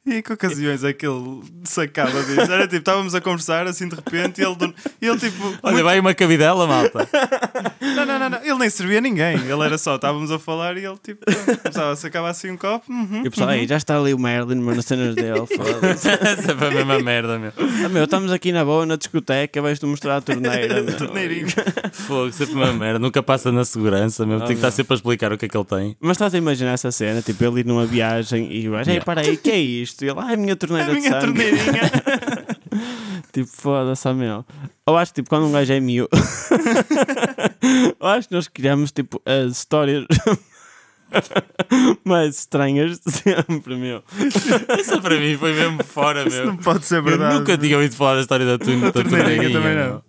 F: E que ocasiões é que ele sacava disso? Era tipo, estávamos a conversar assim de repente e ele, do- e ele tipo.
C: Olha, vai uma cabidela, malta. (laughs)
F: Não, não, não, não, ele nem servia a ninguém. Ele era só, estávamos a falar e ele tipo. pronto, Começava a sacar assim um copo. uhum.
E: E o pessoal, "Ei, já está ali o Merlin, mas nas cenas
C: (laughs)
E: dele, foda-se.
C: Essa foi a mesma merda, meu.
E: Ah, meu, estamos aqui na boa, na discoteca, vais-te mostrar a torneira, meu.
F: Torneirinho.
C: Fogo, sempre uma merda. Nunca passa na segurança, meu. Tem que estar sempre a explicar o que é que ele tem.
E: Mas estás a imaginar essa cena, tipo, ele ir numa viagem e vais, ei,
C: Yeah.
E: para aí, que é isto? E ele, ah, é a minha torneira
F: A
E: de
F: minha
E: sangue.
F: torneirinha.
E: Tipo, foda-se, ah, meu. Eu acho que tipo, quando um gajo é miúdo. (laughs) Eu acho que nós criamos tipo as histórias (laughs) mais estranhas de sempre, meu.
C: Essa para mim foi mesmo (laughs) fora, meu.
F: Pode ser
C: Eu
F: verdade.
C: nunca tinha ouvido falar da história da tua da
F: Torneirinha
C: torneirinha,
F: também
C: meu.
F: não.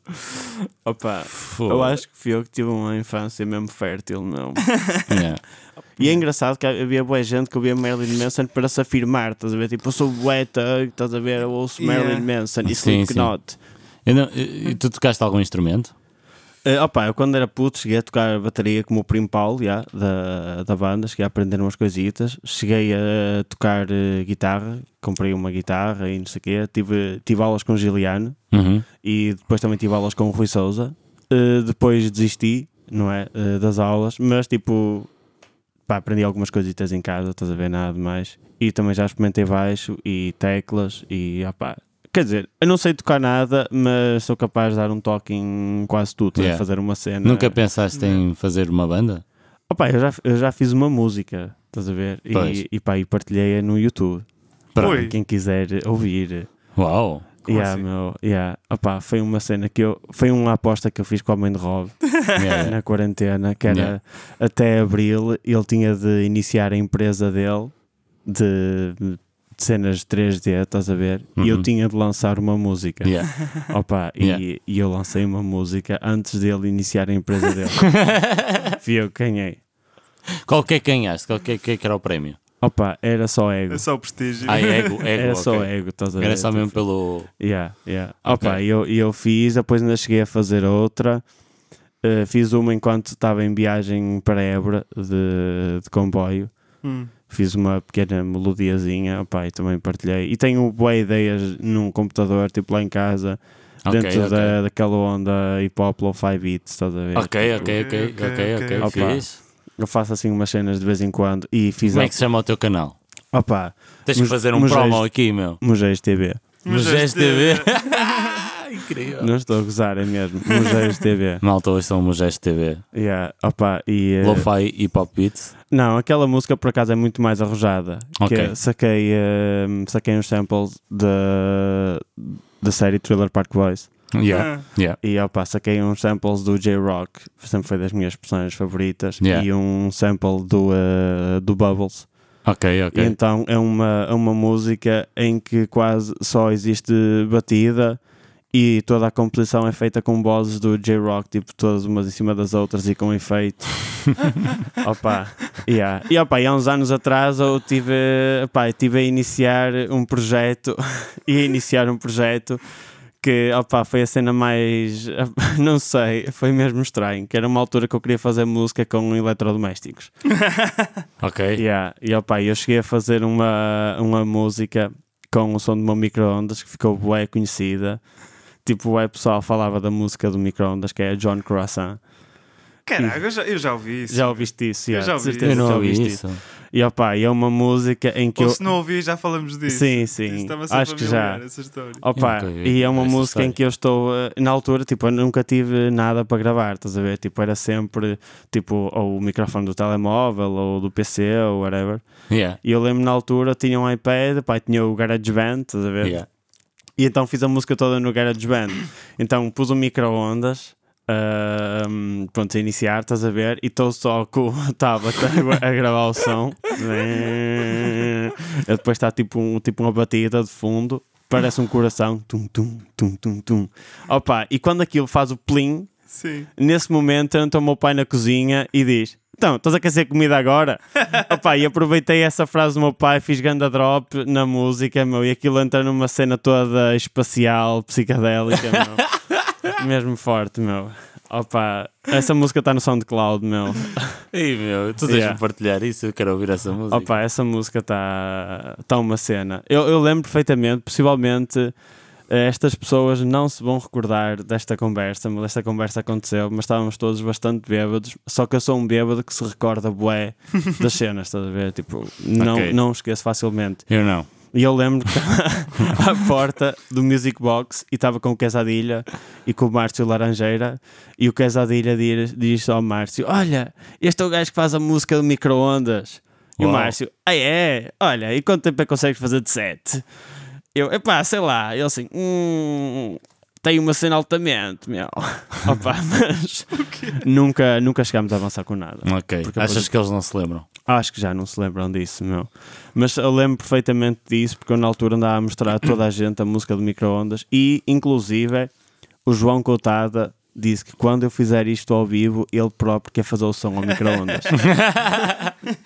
E: Opa,
C: Fogo.
E: eu acho que fui eu que tive uma infância mesmo fértil, meu.
C: (laughs) Yeah.
E: E é engraçado que havia boa gente que ouvia Marilyn Manson para se afirmar, estás a ver? Tipo, eu sou boeta, estás a ver? Eu ouço
F: Yeah.
E: Marilyn Manson e
C: Sim,
E: Slipknot.
C: Eu não- e- e tu tocaste algum instrumento?
E: Eh, opa, eu quando era puto cheguei a tocar bateria como o primo Paulo, já, da, da banda, cheguei a aprender umas coisitas, cheguei a tocar eh, guitarra, comprei uma guitarra e não sei o quê, tive, tive aulas com o Giliano
C: Uhum.
E: e depois também tive aulas com o Rui Souza, Eh, depois desisti, não é, eh, das aulas, mas tipo, pá, aprendi algumas coisitas em casa, estás a ver, nada de mais, e também já experimentei baixo e teclas e, opá, Quer dizer, eu não sei tocar nada, mas sou capaz de dar um toque em quase tudo,
C: Yeah.
E: a fazer uma cena.
C: Nunca pensaste em fazer uma banda?
E: Opa, eu já, eu já fiz uma música, estás a ver?
C: Pois.
E: E, e, pá, e partilhei-a no YouTube. Para
F: Ui.
E: quem quiser ouvir.
C: Uau!
F: Como
E: yeah,
F: assim?
E: meu, yeah. Opa, foi uma cena que eu. Foi uma aposta que eu fiz com a mãe de Rob
C: Yeah,
E: (laughs) na quarentena, que era
C: É. Yeah.
E: até abril ele tinha de iniciar a empresa dele de, de cenas 3D, estás a ver? E eu
C: Uhum.
E: tinha de lançar uma música.
C: yeah.
E: Opa,
C: Yeah.
E: e, e eu lancei uma música antes dele iniciar a empresa
C: (laughs)
E: dele. Fui eu que ganhei.
C: Qual que é que ganhaste? Qual que é que é que era o prémio?
E: Opa, era só ego.
F: É só o prestígio.
C: Ah, ego, ego.
E: era
C: ok.
E: só ego, é, tipo, estás a ver?
C: Era só mesmo pelo.
E: Yeah, yeah.
C: Ok.
E: Opa, eu, eu fiz, depois ainda cheguei a fazer outra. Uh, fiz uma enquanto estava em viagem para Évora de, de comboio.
F: Hum.
E: Fiz uma pequena melodiazinha, opa, e também partilhei. E tenho boas ideias num computador, tipo lá em casa,
C: Ok,
E: dentro
C: ok.
E: Da, daquela onda hip hop, lo-fi beats, estás a ver?
C: Ok, ok, ok,
F: Ok,
C: ok,
F: ok,
C: ok.
E: é, tipo, ok.
C: fixe.
E: Eu faço assim umas cenas de vez em quando e fiz.
C: Como é que se chama o teu canal?
E: Opa,
C: Tens que
E: Mas-
C: fazer um
E: mas
C: promo
E: este-
C: aqui, meu.
E: Mujeres TV.
C: No Gesto TV. (laughs) Incrível.
E: Não estou a gozar, é mesmo. Mujeres
C: (laughs)
E: TV.
C: Malta, hoje são o Gesto TV.
E: Yeah, opa, e. uh,
C: Lo-fi e pop beats.
E: Não, aquela música por acaso é muito mais arrojada.
C: Ok.
E: Que saquei, hum, saquei uns samples da da série Thriller Park Boys (laughs)
C: Yeah, yeah.
E: e opa, saquei uns samples do J-Rock, sempre foi das minhas personagens favoritas,
C: Yeah.
E: e um sample do, uh, do Bubbles.
C: Ok,
E: E
C: ok.
E: então é uma, é uma música em que quase só existe batida e toda a composição é feita com vozes do J-Rock, tipo todas umas em cima das outras e com efeito. opa, yeah. E opa, e há uns anos atrás eu tive, opa, eu tive a iniciar um projeto (laughs) e a iniciar um projeto que opa, foi a cena mais (laughs) não sei, foi mesmo estranho, que era uma altura que eu queria fazer música com eletrodomésticos.
C: Ok.
E: Yeah. E opa, eu cheguei a fazer uma, uma música com o som de uma micro-ondas que ficou bué conhecida. Tipo, o pessoal falava da música do micro-ondas que é John Croissant.
F: Caraca, eu já, eu já ouvi isso.
E: Já ouviste isso?
F: Eu
E: Yeah,
F: já
E: de
F: ouvi
E: certeza
C: Eu não
E: já
C: ouvi
E: ouviste
C: isso.
E: E opa, e é uma música em que
F: Ou
E: eu.
F: se não ouvi, já falamos disso.
E: Sim, sim.
F: Estava
E: Acho que já.
D: assim.
F: Essa história.
E: Opa,
C: Eu nunca vi
E: e é uma
C: essa
E: música em
C: história.
E: que eu estou eh, na altura, tipo, eu nunca tive nada para gravar, estás a ver? Tipo, era sempre tipo, ou o microfone do telemóvel, ou do PC, ou whatever.
C: Yeah.
E: E eu lembro na altura tinha um iPad, pá, tinha o GarageBand, estás a ver?
C: Yeah.
E: E então fiz a música toda no GarageBand. Então pus um micro-ondas. ahm, pronto, a iniciar, estás a ver? E estou só com o tablet (laughs) a, gra- a gravar o som. E depois está tipo, um, tipo uma batida de fundo, parece um coração. Tum, tum, tum, tum, tum. Opa, e quando aquilo faz o plim,
F: Sim.
E: Nesse momento entra o meu pai na cozinha e diz: Então, estás a aquecer comida agora? Opa, e aproveitei essa frase do meu pai, fiz ganda drop na música, meu, e aquilo entra numa cena toda espacial, psicadélica, meu. Mesmo forte, meu. Opa, essa música está no SoundCloud, meu.
C: Ei, meu, tu tens
E: Yeah.
C: de partilhar isso. Eu quero ouvir essa música.
E: Opa, essa música está tá uma cena. Eu, eu lembro perfeitamente, possivelmente eh, estas pessoas não se vão recordar desta conversa, mas esta conversa aconteceu, mas estávamos todos bastante bêbados, só que eu sou um bêbado que se recorda
C: (laughs)
E: bué das cenas, estás a ver? Tipo, não,
C: Ok.
E: não esqueço facilmente.
C: Eu não.
E: E eu lembro que (laughs) estava à porta do Music Box e estava com o Quesadilha e com o Márcio Laranjeira. E o Quesadilha diz, diz ao Márcio: Olha, este é o gajo que faz a música do micro-ondas. E o
C: Uau.
E: Márcio: Ah, é? Olha, e quanto tempo é que consegues fazer de sete? Eu, epá, sei lá. Ele assim: Hum, tem uma cena altamente, meu. (laughs) Opa, mas nunca, nunca chegámos a avançar com nada.
C: Ok.
E: Porque depois-
C: Achas que eles não se lembram?
E: Acho que já não se lembram disso, meu. Mas eu lembro perfeitamente disso, porque eu na altura andava a mostrar a toda a gente a música do micro-ondas e, inclusive, o João Coutada disse que quando eu fizer isto ao vivo, ele próprio quer fazer o som ao micro-ondas.
C: (laughs)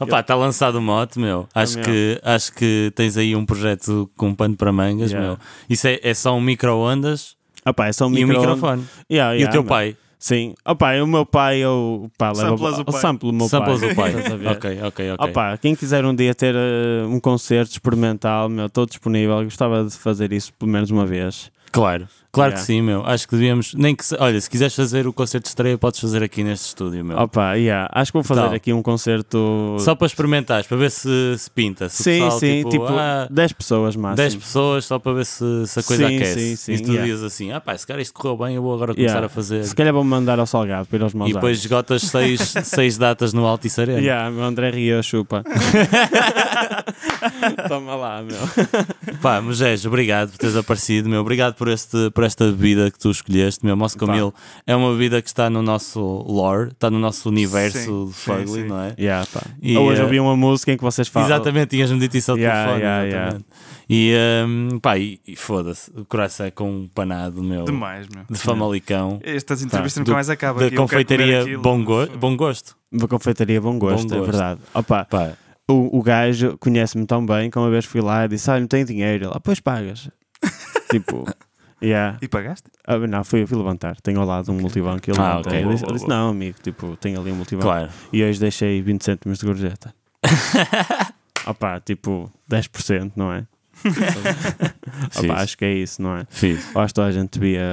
C: Opa, está lançado o mote, meu. Acho,
E: meu.
C: que, acho que tens aí um projeto com pano para mangas,
E: Yeah.
C: meu. Isso é, é só um micro-ondas
E: ah pá, é só um
C: e um
E: micro-ondas. Ah,
C: microfone.
E: Yeah,
C: E o
E: yeah,
C: teu
E: meu.
C: pai.
E: Sim. Ah pá, o meu pai, eu... Pá, leva,
F: Samplas o pai.
E: Sample o meu
C: Samples
E: pai.
C: o
E: (laughs)
C: pai.
E: Estás a ver?
C: ok, ok, ok.
E: Opa, quem quiser um dia ter eh, um concerto experimental, meu, estou disponível. Gostava de fazer isso pelo menos uma vez.
C: Claro, claro
E: Yeah.
C: que sim, meu. Acho que devíamos. Nem que se- Olha, se quiseres fazer o concerto de estreia, podes fazer aqui neste estúdio, meu.
E: Opa, yeah. acho que vou fazer
C: Tal.
E: aqui um concerto.
C: Então, Só para experimentares, para ver se, se pinta. Se o
E: sim,
C: pessoal,
E: sim,
C: tipo,
E: tipo,
C: ah,
E: 10 pessoas
C: 10
E: máximo.
C: pessoas só para ver se, se a coisa
E: Sim,
C: aquece.
E: sim, sim,
C: e tu
E: yeah.
C: dizes assim: ah pá, se calhar isto correu bem, eu vou agora começar
E: Yeah.
C: a fazer.
E: Se calhar vou mandar ao Salgado para ir aos maus
C: E depois
E: ares.
C: esgotas
E: (laughs)
C: 6 seis, seis datas no Altice Arena.
E: Yeah, meu André Ria,
C: (laughs)
E: chupa. Toma lá, meu.
C: Pá, Mojejo, obrigado por teres aparecido, meu. Obrigado por, este, por esta bebida que tu escolheste, meu. Moscow
E: Pá.
C: Mil é uma bebida que está no nosso lore, está no nosso universo
F: Sim,
C: de
F: sim,
C: Fugly,
F: sim.
C: não é?
E: Yeah, pá.
C: E,
E: Hoje
C: eh,
E: ouvi uma música em que vocês falam.
C: Exatamente, tinhas-me dito isso ao
E: Yeah,
C: telefone.
E: yeah,
C: exatamente. E, hum, pá, e, e foda-se, o coração é com um panado, meu.
F: Demais, meu.
C: De Famalicão.
F: Estas entrevistas nunca
C: do-
F: mais acabam.
C: Da
F: aqui, eu quero comer
C: confeitaria
F: aquilo.
C: bom, Go- Bom Gosto.
E: Da confeitaria Bom Gosto,
C: Bom
E: é
C: Gosto.
E: verdade. Opa,
C: Pá,
E: o, o gajo conhece-me tão bem que uma vez fui lá e disse: Ah, não tenho dinheiro. Ele, ah, pois
C: (laughs)
E: pagas. tipo, yeah.
F: E pagaste?
E: Ah, não, fui, fui levantar. Tenho ao lado um multibanco. e Eu
C: Ah,
E: levantei.
C: ok,
E: Ele
C: boa,
E: disse,
C: boa,
E: ele disse,
C: boa.
E: Não, amigo, tipo, tenho ali um multibanco.
C: claro.
E: E hoje deixei 20 cêntimos de
C: (laughs)
E: gorjeta. Opa, tipo, 10%, não
C: (laughs)
E: é?
C: Sim.
E: Opa, acho que é isso, não é?
C: Fiz.
E: Eu acho que toda a gente devia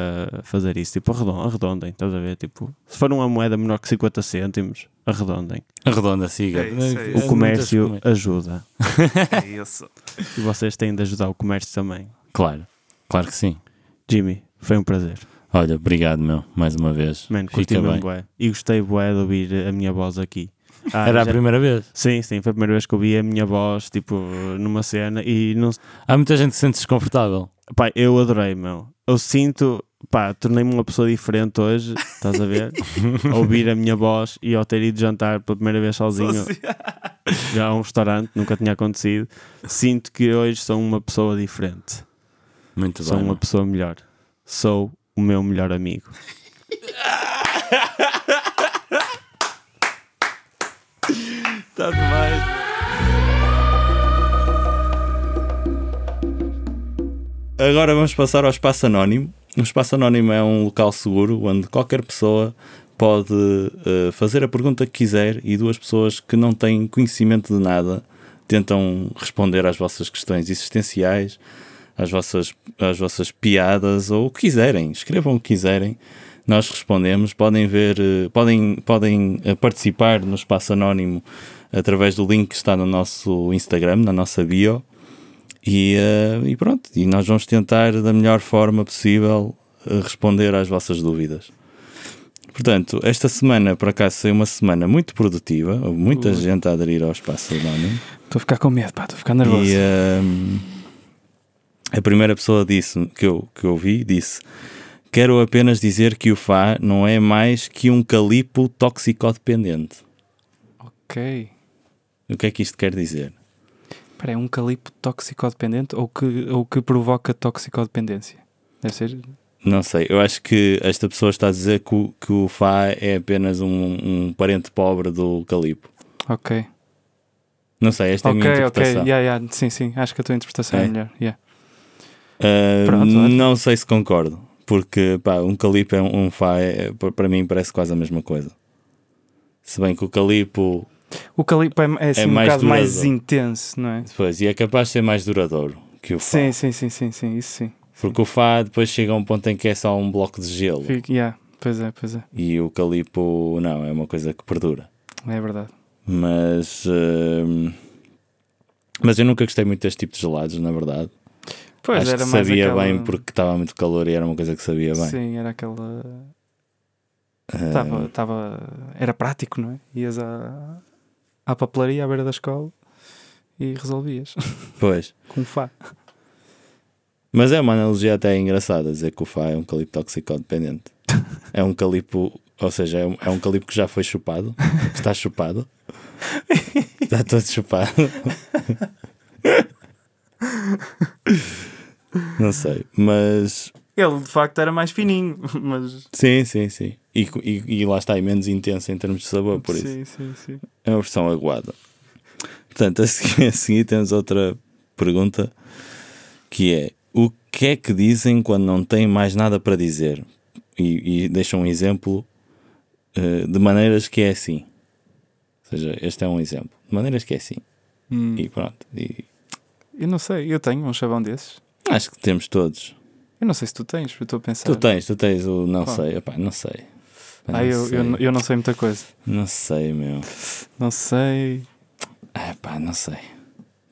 E: fazer isso. Tipo, arredon- arredondem, estás a ver? Tipo, se for uma moeda menor que 50 cêntimos, arredondem.
C: Arredonda, siga. Hum,
F: É isso, é isso.
E: O comércio ajuda.
F: É isso.
E: E vocês têm de ajudar o comércio também.
C: Claro, claro que sim.
E: Jimmy, foi um prazer.
C: Olha, obrigado, meu, mais uma vez.
E: Man, curti
C: Fica
E: mesmo
C: bem.
E: bué. E gostei bué de ouvir a minha voz aqui. Ah,
C: Era a
E: já-
C: primeira vez.
E: Sim, sim, foi a primeira vez que ouvi a minha voz, tipo, numa cena e não
C: Há muita gente que se sente desconfortável.
E: Pá, eu adorei, meu. Eu sinto, pá, tornei-me uma pessoa diferente hoje, estás a ver? A Ouvir a minha voz e ao ter ido jantar pela primeira vez sozinho, já a um restaurante, nunca tinha acontecido. Sinto que hoje sou uma pessoa diferente,
C: Muito
E: sou
C: bem.
E: uma
C: meu.
E: pessoa melhor. Sou o meu melhor amigo.
C: Agora vamos passar ao espaço anónimo. O espaço anónimo é um local seguro onde qualquer pessoa pode eh, fazer a pergunta que quiser e duas pessoas que não têm conhecimento de nada tentam responder às vossas questões existenciais, às vossas, às vossas piadas ou o que quiserem. Escrevam o que quiserem. Nós respondemos. Podem ver, eh, podem, podem eh, participar no espaço anónimo através do link que está no nosso Instagram, na nossa bio. E, eh, e pronto, e nós vamos tentar da melhor forma possível eh, responder às vossas dúvidas. Portanto, esta semana, por acaso, foi uma semana muito produtiva, houve muita gente a aderir ao espaço anónimo.
D: Estou a ficar com medo, pá, estou a ficar nervoso.
C: E eh, a primeira pessoa disse que eu, que eu vi disse: Quero apenas dizer que o Fá não é mais que um calipo toxicodependente.
D: Ok.
C: O que é que isto quer dizer?
D: Espera aí, um calipo toxicodependente ou que, ou que provoca toxicodependência? Deve ser.
C: Não sei, eu acho que esta pessoa está a dizer que o, que o Fá é apenas um, um parente pobre do Calipo.
D: Ok.
C: Não sei, esta é a minha
D: ok, ok.
C: interpretação.
D: Yeah, yeah. Sim, sim. Acho que a tua interpretação é,
C: É?
D: melhor. Yeah.
C: Ah,
D: Pronto, olha.
C: não sei se concordo, porque pá, um Calipo é um, um Fá, é- pa- para mim parece quase a mesma coisa. Se bem que o Calipo,
D: O calipo é, é, assim, um
C: mais
D: bocado mais
C: duradouro.
D: intenso, não é?
C: depois, e é capaz de ser mais duradouro que o Fá.
D: Sim, sim, sim, sim, sim. Isso sim.
C: Porque o Fá depois chega a um ponto em que é só um bloco de gelo
D: Fico- yeah. Pois é, pois é.
C: e o Calipo, não, é uma coisa que perdura.
D: É verdade.
C: mas hum, mas eu nunca gostei muito deste tipo de gelados, na verdade.
D: Pois
C: Acho
D: era
C: que
D: mais
C: sabia
D: aquela...
C: bem porque estava muito calor e era uma coisa que sabia bem.
D: Sim, era aquela.
C: Ah,
D: Tava, tava, era prático, não é? Ias à, à papelaria à beira da escola e resolvias (laughs)
C: Pois.
D: com um fá.
C: Mas é uma analogia até engraçada dizer que o Fá é um calipo toxicodependente.
D: (laughs)
C: é um calipo, ou seja, é um, é um calipo que já foi chupado, que está chupado. está todo chupado. Não sei, mas
D: Ele de facto era mais fininho, (laughs) mas.
C: sim, sim, sim. E, e- e lá está, e menos intenso em termos de sabor, por isso.
D: sim, sim, sim.
C: É uma versão aguada. Portanto, a seguir, (laughs) a seguir temos outra pergunta que é: o que é que dizem quando não têm mais nada para dizer? E, e deixam um exemplo eh, de maneiras que é assim. Ou seja, este é um exemplo. De maneiras que é assim.
D: Hum.
C: E pronto. E
D: Eu não sei, eu tenho um chavão desses.
C: acho que temos todos.
D: Eu não sei se tu tens, eu estou a pensar.
C: Tu tens, tu tens o não
D: Qual?
C: sei, opá, não sei. Pá,
D: Ah, eu,
C: sei.
D: eu, eu não sei muita coisa.
C: Não sei, meu.
D: Não sei.
C: Ah, pá, não sei.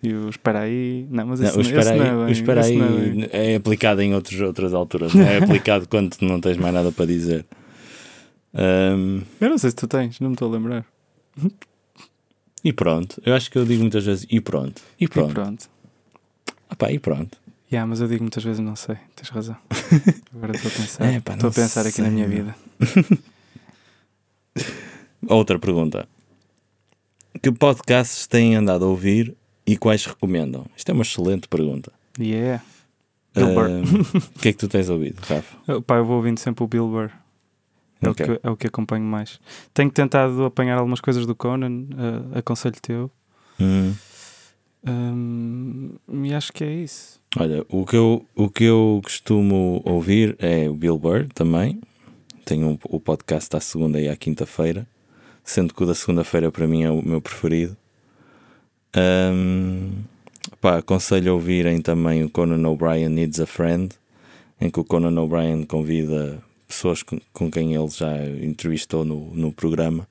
D: E o espera aí. Não, mas
C: Não, o
D: esse não, esse
C: espera
D: não é
C: aí, o
D: bem,
C: espera
D: esse
C: aí
D: não é bem.
C: é aplicado em outros, outras
D: (laughs)
C: alturas. Não é aplicado quando tu não tens mais nada para dizer. Ahm,
D: Eu não sei se tu tens, não me estou a lembrar.
C: e pronto. Eu acho que eu digo muitas vezes e pronto. E
D: E
C: pronto.
D: pronto.
C: Ah, pá, e pronto.
D: Yeah, mas eu digo muitas vezes não sei,
C: (laughs)
D: tens razão. Agora estou a pensar.
C: É, pá,
D: Estou a
C: não
D: pensar aqui na
C: sei,
D: minha
C: meu.
D: vida.
C: Outra pergunta. Que podcasts têm andado a ouvir e quais recomendam? Isto é uma excelente pergunta.
D: Yeah. Bill Burr.
C: Ahm, O que é que tu tens ouvido, Rafa?
D: Eu, Pá, eu vou ouvindo sempre o Bill Burr. É,
C: Ok.
D: o que, é o que acompanho mais. Tenho tentado apanhar algumas coisas do Conan, eh, aconselho teu.
C: Hum.
D: Hum, e acho que é isso.
C: Olha, o que, eu, o que eu costumo ouvir é o Bill Burr também. Tenho um- o podcast à segunda e à quinta-feira, sendo que o da segunda-feira para mim é o meu preferido. Ahm, pá, aconselho a ouvirem também o Conan O'Brien Needs a Friend, em que o Conan O'Brien convida pessoas com, com quem ele já entrevistou no, no programa.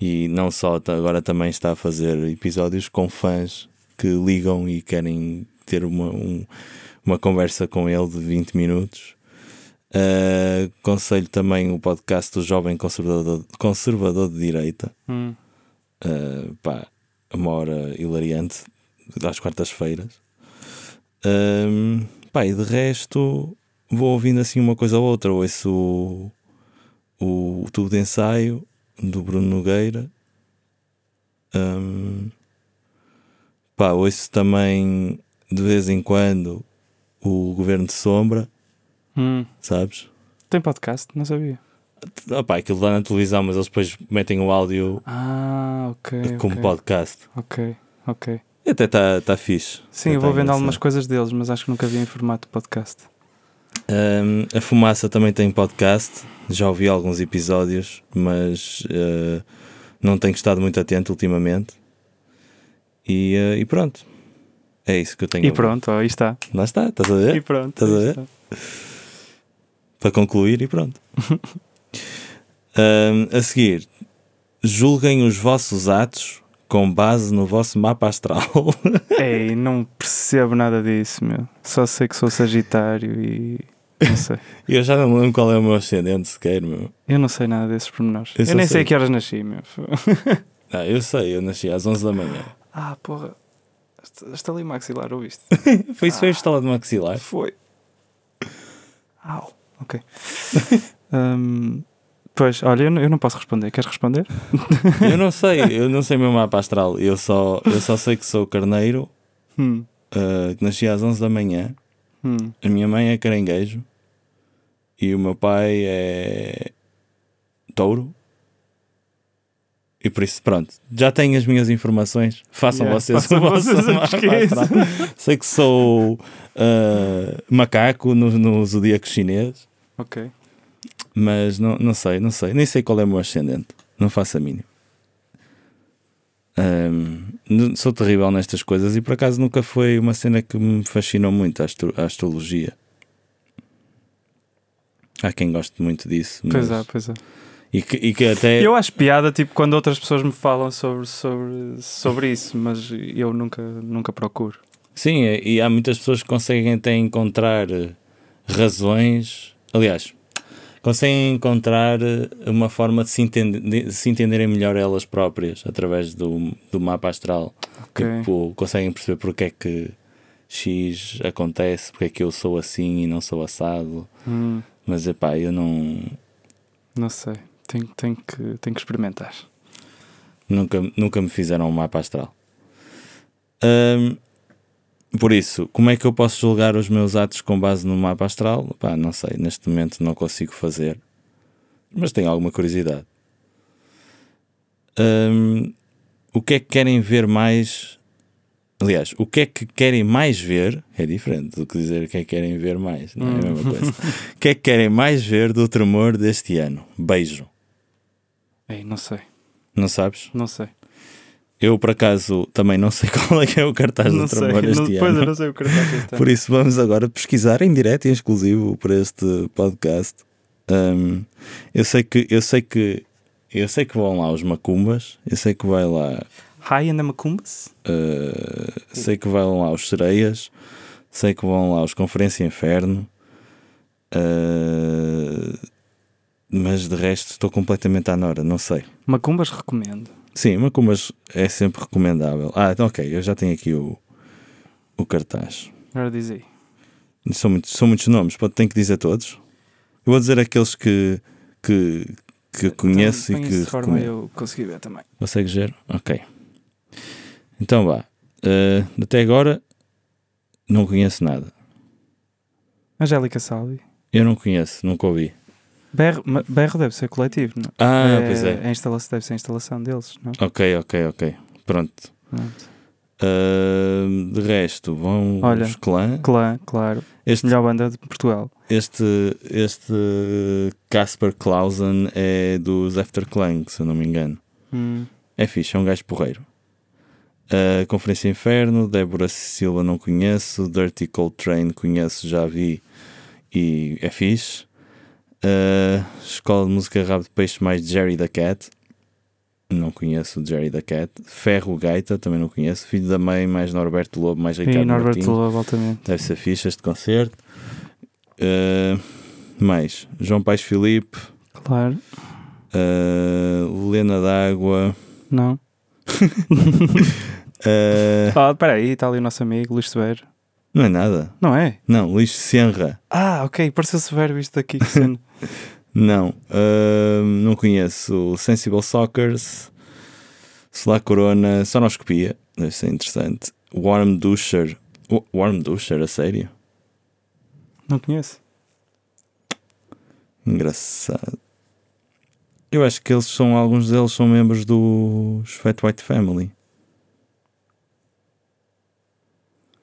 C: E não só, tá- agora também está a fazer episódios com fãs que ligam e querem ter uma, um- uma conversa com ele de 20 minutos. Ah, aconselho também o podcast do Jovem Conservador, conservador de Direita.
D: Hum,
C: Uh, pá, uma hora hilariante às quartas-feiras. Um, pá, e de resto vou ouvindo assim uma coisa ou outra. Ouço o, o, tubo de ensaio do Bruno Nogueira. Um, pá, ouço também de vez em quando o Governo de Sombra,
D: hum.
C: sabes?
D: Tem podcast? Não sabia.
C: Ah, pá, aquilo lá na televisão, mas eles depois metem o áudio
D: Ah, ok.
C: É como
D: ok,
C: podcast.
D: Ok, ok.
C: E Até está tá fixe.
D: Sim,
C: Até
D: eu vou
C: tá
D: vendo
C: engraçado.
D: algumas coisas deles, mas acho que nunca vi em formato podcast.
C: Ahm, a Fumaça também tem podcast, já ouvi alguns episódios, mas eh, não tenho estado muito atento ultimamente. E, eh, e pronto, é isso que eu tenho. a
D: E
C: ver.
D: pronto, ó, aí está.
C: Lá está, estás a ver?
D: E pronto.
C: É? Estás a
D: aí
C: ver?
D: está.
C: Para concluir, e
D: (laughs)
C: pronto. Ahm, a seguir, julguem os vossos atos com base no vosso mapa astral. (laughs)
D: Ei, não percebo nada disso, meu. Só sei que sou Sagitário e. Não sei.
C: eu já não me lembro qual é o meu ascendente sequer, meu.
D: Eu não sei nada desses pormenores.
C: Eu
D: Eu,
C: só
D: nem sei.
C: sei.
D: a que horas nasci, meu. (laughs)
C: Ah, eu sei, eu nasci às 11 da manhã.
D: Ah, porra. Esta- Esta ali maxilar, ouviste?
C: Foi isso, foi o estalo de maxilar.
D: Foi. Au. Ok. (laughs) Hum, pois, olha, eu não, eu não posso responder. Queres responder?
C: Eu não sei, eu não sei meu mapa astral. Eu só, eu só sei que sou carneiro,
D: Hum,
C: ah, que nasci às 11 da manhã.
D: hum.
C: A minha mãe é caranguejo e o meu pai é touro. E por isso, pronto, já tenho as minhas informações. Façam
D: Yeah,
C: vocês
D: façam
C: o vosso
D: vocês a
C: mapa
D: pesquisa.
C: astral. Sei que sou ah, macaco no, no zodíaco chinês,
D: Ok.
C: mas não, não sei, não sei. Nem sei qual é o meu ascendente. Não faço a mínima. Ahm, n- sou terrível nestas coisas e por acaso nunca foi uma cena que me fascinou muito a, astro- a astrologia. Há quem goste muito disso.
D: Pois é,
C: mas- é-
D: pois é.
C: E, que, e que até.
D: Eu acho piada, tipo, quando outras pessoas me falam sobre, sobre, sobre isso, mas eu nunca, nunca procuro.
C: Sim, e há muitas pessoas que conseguem até encontrar eh, razões. Aliás, conseguem encontrar eh, uma forma de se, entende- de se entenderem melhor elas próprias através do, do mapa astral.
D: Ok.
C: Tipo, conseguem perceber porque é que X acontece, porque é que eu sou assim e não sou assado.
D: Hum,
C: Mas epá, eu não.
D: não sei. Tenho, tenho, que, tenho que experimentar.
C: Nunca, nunca me fizeram um mapa astral. Ahm, por isso, como é que eu posso julgar os meus atos com base no mapa astral? Pá, não sei, neste momento não consigo fazer, mas tenho alguma curiosidade. Ahm, o que é que querem ver mais? Aliás, o que é que querem mais ver? É diferente do que dizer o que é que querem ver mais, não é a mesma coisa. O que é que querem mais ver do tremor deste ano? Beijo.
D: Ei, não sei.
C: Não sabes?
D: Não sei.
C: Eu, por acaso, também não sei (laughs) qual é que é o cartaz
D: Não
C: do
D: sei,
C: Tramor
D: não,
C: este
D: depois eu então.
C: ano.
D: não sei o que cartaz
C: (laughs)
D: este ano.
C: Por isso, vamos agora pesquisar em direto e em exclusivo para este podcast. Hum, eu sei que eu sei que eu sei que vão lá os macumbas, eu sei que vai lá,
D: High and the Macumbas?
C: uh, sei que vão lá os sereias, sei que vão lá os Conferência Inferno, uh, mas de resto estou completamente à nora, não sei.
D: Macumbas recomendo.
C: Sim, macumbas é sempre recomendável. Ah, então ok, eu já tenho aqui o, o cartaz.
D: Agora diz aí.
C: São muitos, são muitos nomes, pode, tenho que dizer todos. Eu vou dizer aqueles que, que, que conheço
D: Então,
C: e
D: Põe isso
C: que
D: de forma
C: recomendo.
D: eu consegui ver também.
C: Consegues ver? Ok. Então vá. Eh, até agora não conheço nada.
D: Angélica Salvi.
C: Eu não conheço, nunca ouvi.
D: Berro, ma- berro deve ser coletivo, não?
C: Ah, pois é.
D: A instalação, deve ser a instalação deles, não? é?
C: Ok, ok, ok. Pronto.
D: Pronto.
C: Eh, de resto, vão
D: Olha,
C: os clã.
D: Clã, claro.
C: Este,
D: Melhor banda de Portugal.
C: este, este Casper Clausen é dos Afterclang, se eu não me engano.
D: Hum.
C: É fixe, é um gajo porreiro. Uh, Conferência Inferno, Débora Silva não conheço, Dirty Cold Train conheço, já vi e é fixe. Uh, Escola de Música Rabo de Peixe mais Jerry da Cat, não conheço o Jerry da Cat. Ferro Gaita, também não conheço. Filho da Mãe mais Norberto Lobo mais Ricardo
D: E Norberto
C: Martins.
D: Lobo, altamente.
C: Deve ser fixe este concerto. Uh, mais, João Pais Filipe,
D: Claro.
C: uh, Lena D'Água... (laughs)
D: Não.
C: uh,
D: Ah, espera aí, está ali o nosso amigo Luís Severo.
C: Não é nada.
D: Não é?
C: Não, Luís Senra.
D: Ah, ok, pareceu Severo isto daqui.
C: (laughs)
D: que cena.
C: Não. Ahm, não conheço. Sensible Sockers. Solá Corona. Sonoscopia. Deve ser interessante. Warm Dusher. Wa- Warm Dusher, a sério?
D: não conheço.
C: Engraçado. Eu acho que eles são, alguns deles são membros dos Fat White Family.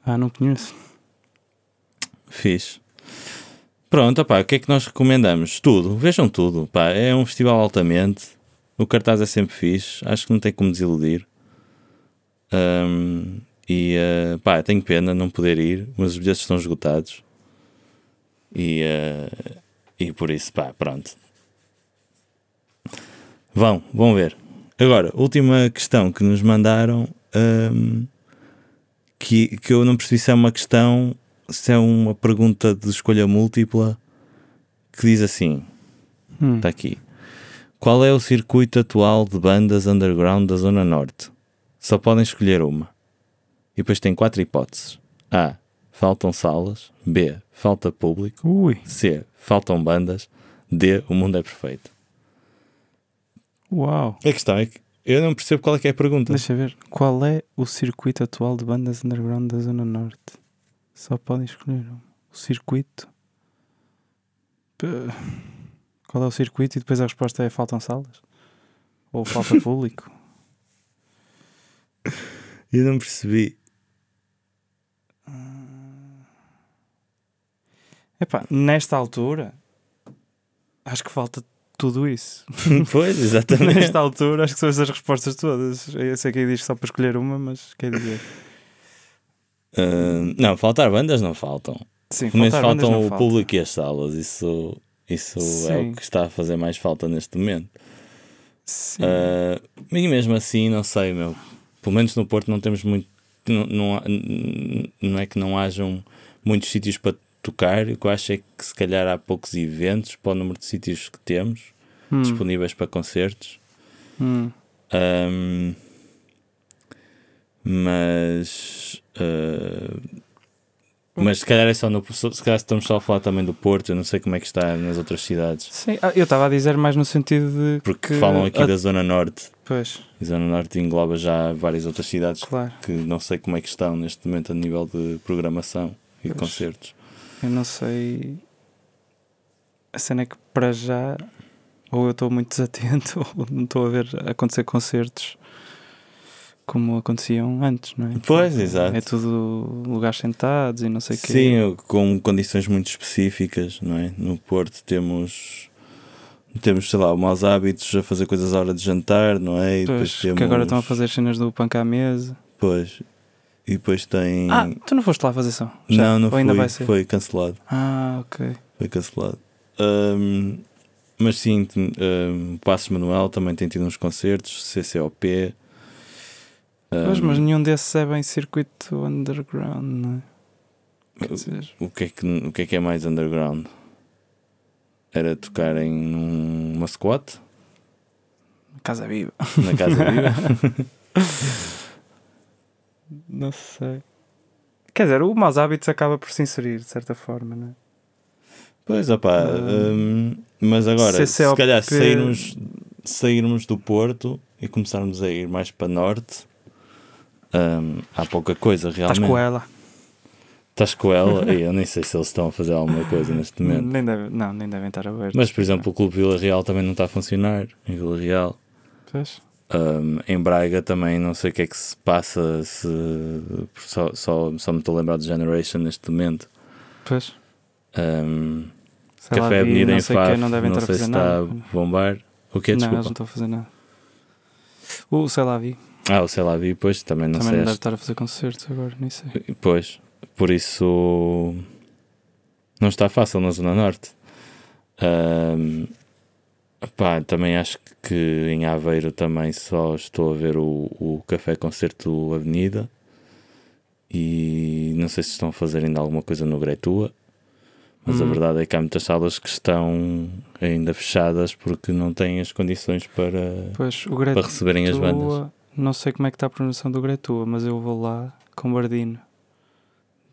D: Ah, não conheço.
C: Fiz. Pronto, opá, o que é que nós recomendamos? Tudo, vejam tudo. Pá, é um festival altamente. O cartaz é sempre fixe. Acho que não tem como desiludir. Ahm, e eh, pá, tenho pena não poder ir, mas os bilhetes estão esgotados. E, eh, e por isso, pá, pronto. Vão, vão ver. Agora, última questão que nos mandaram. ahm, que, que eu não percebi se é uma questão se é uma pergunta de escolha múltipla que diz assim:
D: Hum.
C: está aqui. Qual é o circuito atual de bandas underground da Zona Norte? Só podem escolher uma. E depois tem quatro hipóteses: A. Faltam salas. B. Falta público.
D: Ui,
C: C. Faltam bandas. D. O mundo é perfeito.
D: uau.
C: A questão é que eu não percebo qual é que é a pergunta.
D: Deixa ver. Qual é o circuito atual de bandas underground da Zona Norte? Só podem escolher um. O circuito. P- Qual é o circuito? E depois a resposta é faltam salas?
C: (laughs)
D: Ou falta público?
C: Eu não percebi. (laughs)
D: Epá, nesta altura, acho que falta
C: (laughs)
D: tudo isso.
C: pois, exatamente.
D: nesta altura, acho que são essas respostas todas. Eu sei que aí diz só para escolher uma, mas quer dizer.
C: Ah, não, faltar bandas não faltam.
D: Sim,
C: Mas
D: faltar bandas
C: faltam
D: não
C: o
D: falta.
C: público e as salas, isso, isso é
D: Sim.
C: o que está a fazer mais falta neste momento.
D: Sim.
C: Ah, e mesmo assim, não sei, meu. Pelo menos no Porto não temos muito. Não, não, há- n- não é que não hajam muitos sítios para tocar. O que eu acho é que se calhar há poucos eventos para o número de sítios que temos
D: Hum,
C: disponíveis para concertos.
D: hum.
C: Ahm, mas. ah, mas se calhar é só no. Se calhar estamos só a falar também do Porto, eu não sei como é que está nas outras cidades.
D: Sim, ah, eu estava a dizer mais no sentido de.
C: Porque
D: que-
C: falam aqui
D: ah,
C: da Zona Norte.
D: Pois,
C: E Zona Norte engloba já várias outras cidades
D: claro.
C: que não sei como é que estão neste momento a nível de programação e de
D: Pois.
C: concertos.
D: Eu não sei. A cena é que para já, ou eu estou muito desatento, (laughs) ou não estou a ver acontecer concertos como aconteciam antes, não é?
C: Pois, exato.
D: É tudo lugares sentados e não sei o quê.
C: Sim, com condições muito específicas, não é? No Porto temos Temos, sei lá, maus hábitos a fazer coisas à hora de jantar, não é? E
D: Pois,
C: depois temos.
D: que agora estão a fazer cenas do punk à mesa.
C: Pois. E depois tem.
D: Ah, tu não foste lá fazer som? Já?
C: Hum. não, não
D: Ou
C: foi.
D: ainda vai ser?
C: Foi cancelado.
D: Ah, ok.
C: Foi cancelado. Ahm, mas sim, tem- ahm, Passos Manuel também tem tido uns concertos, CCOP. ahm,
D: Pois, mas nenhum desses é bem circuito underground, não é? Quer dizer,
C: o, que é que, o que é que é mais underground? Era tocarem numa squat?
D: Casa Viva.
C: na Casa
D: (laughs)
C: Viva.
D: Não sei. Quer dizer, o maus hábitos acaba por se inserir, de certa forma, não é?
C: pois, opá, hum, mas agora, se
D: CCOP.
C: calhar sairmos, sairmos do Porto e começarmos a ir mais para Norte, hum, há pouca coisa
D: Estás
C: realmente.
D: com ela.
C: Estás com
D: (laughs)
C: ela? e eu nem sei se eles estão a fazer alguma coisa neste momento.
D: Nem deve, não, nem devem estar abertos.
C: Mas, por exemplo, o Clube Vila Real também não está a funcionar em Vila Real.
D: Pois.
C: Hum, em Braga também não sei o que é que se passa, se, só, só, só me estou a lembrar do Generation neste momento.
D: Pois.
C: Hum,
D: Sei lá,
C: Café
D: vi,
C: Avenida
D: não
C: em
D: sei o quê,
C: Faf,
D: não devem estar a
C: sei
D: fazer
C: se
D: nada.
C: está a bombar. O que é?
D: não,
C: Desculpa.
D: eles não estão a fazer nada. O sei lá, vi.
C: Ah, o Sei Lá Vi, pois, também não
D: Também não deve
C: sei.
D: estar a fazer concertos agora, nem sei.
C: este- Pois, por isso não está fácil na Zona Norte. Ahm, pá, também acho que em Aveiro também só estou a ver o, o Café Concerto Avenida e não sei se estão a fazer ainda alguma coisa no Gretua. Mas a
D: Hum.
C: verdade é que há muitas salas que estão ainda fechadas porque não têm as condições para,
D: Pois, o
C: para
D: Gretua,
C: receberem as bandas.
D: não sei como é que está a pronunciação do Gretua, mas eu vou lá com Bardino.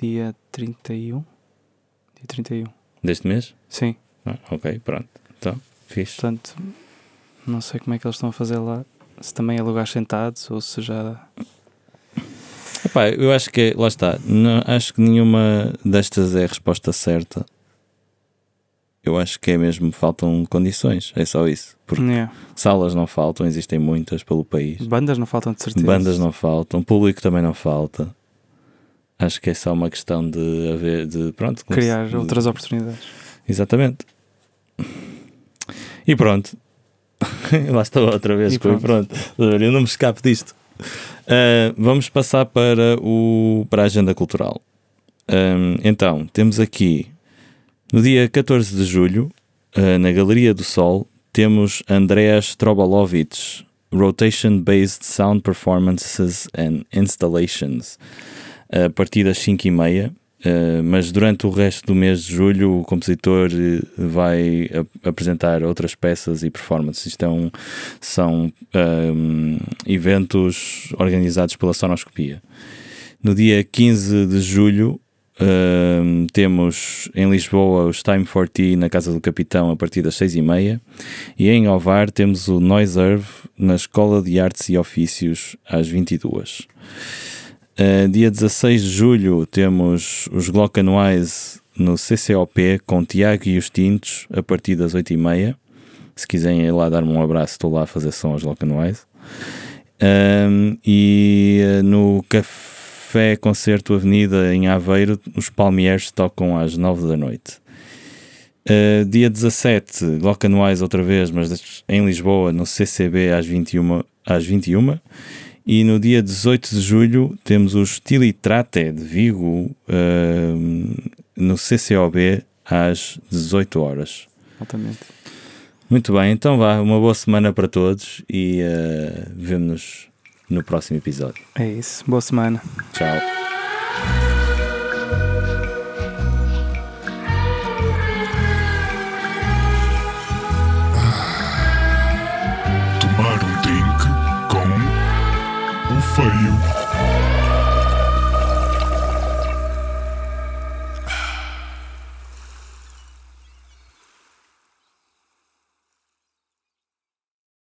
D: Dia 31? Dia 31.
C: Deste mês?
D: Sim,
C: Ah, ok, pronto. Então, fixe.
D: portanto, não sei como é que eles estão a fazer lá. Se também é lugar sentados ou se já.
C: Epá, eu acho que, lá está, não, acho que nenhuma destas é a resposta certa. Eu acho que é mesmo, faltam condições, é só isso. Porque
D: Yeah.
C: salas não faltam, existem muitas pelo país.
D: É, Bandas não faltam de certeza.
C: Bandas não faltam, público também não falta. Acho que é só uma questão de haver, de pronto, como se-
D: Criar
C: de-
D: outras oportunidades.
C: Exatamente. E pronto. (laughs) Lá estou outra vez
D: E
C: com o pronto. Eu não me escapo disto. Ah, vamos passar para, o, para a agenda cultural. Ahm, então, temos aqui no dia 14 de julho, ah, na Galeria do Sol, temos Andreas Trobalovich, Rotation Based Sound Performances and Installations, Ah, a partir das 5h30. Uh, mas durante o resto do mês de julho o compositor eh, vai ap- apresentar outras peças e performances. Isto é um- são ahm, eventos organizados pela Sonoscopia. No dia 15 de julho ahm, temos em Lisboa os Time 40 na Casa do Capitão a partir das 6h30 e em Ovar temos o Noise Herve na Escola de Artes e Ofícios às 22h. Uh, dia 16 de julho temos os Glockenwise no CCOP com Tiago e os Tintos a partir das 8h30. Se quiserem ir lá dar-me um abraço, estou lá a fazer som aos Glockenwise. Um, e uh, no Café Concerto Avenida em Aveiro, os Palmiers tocam às 9 da noite. Uh, dia 17, Glockenwise outra vez, mas em Lisboa, no CCB às 21. Às 21 e no dia 18 de julho temos o Stilitrate de Vigo ahm, no CCOB às 18 horas.
D: Altamente.
C: Muito bem, então vá, uma boa semana para todos e ah, vemo-nos no próximo episódio.
D: É isso. Boa semana.
C: Tchau.
B: Tomar um drink com o feio.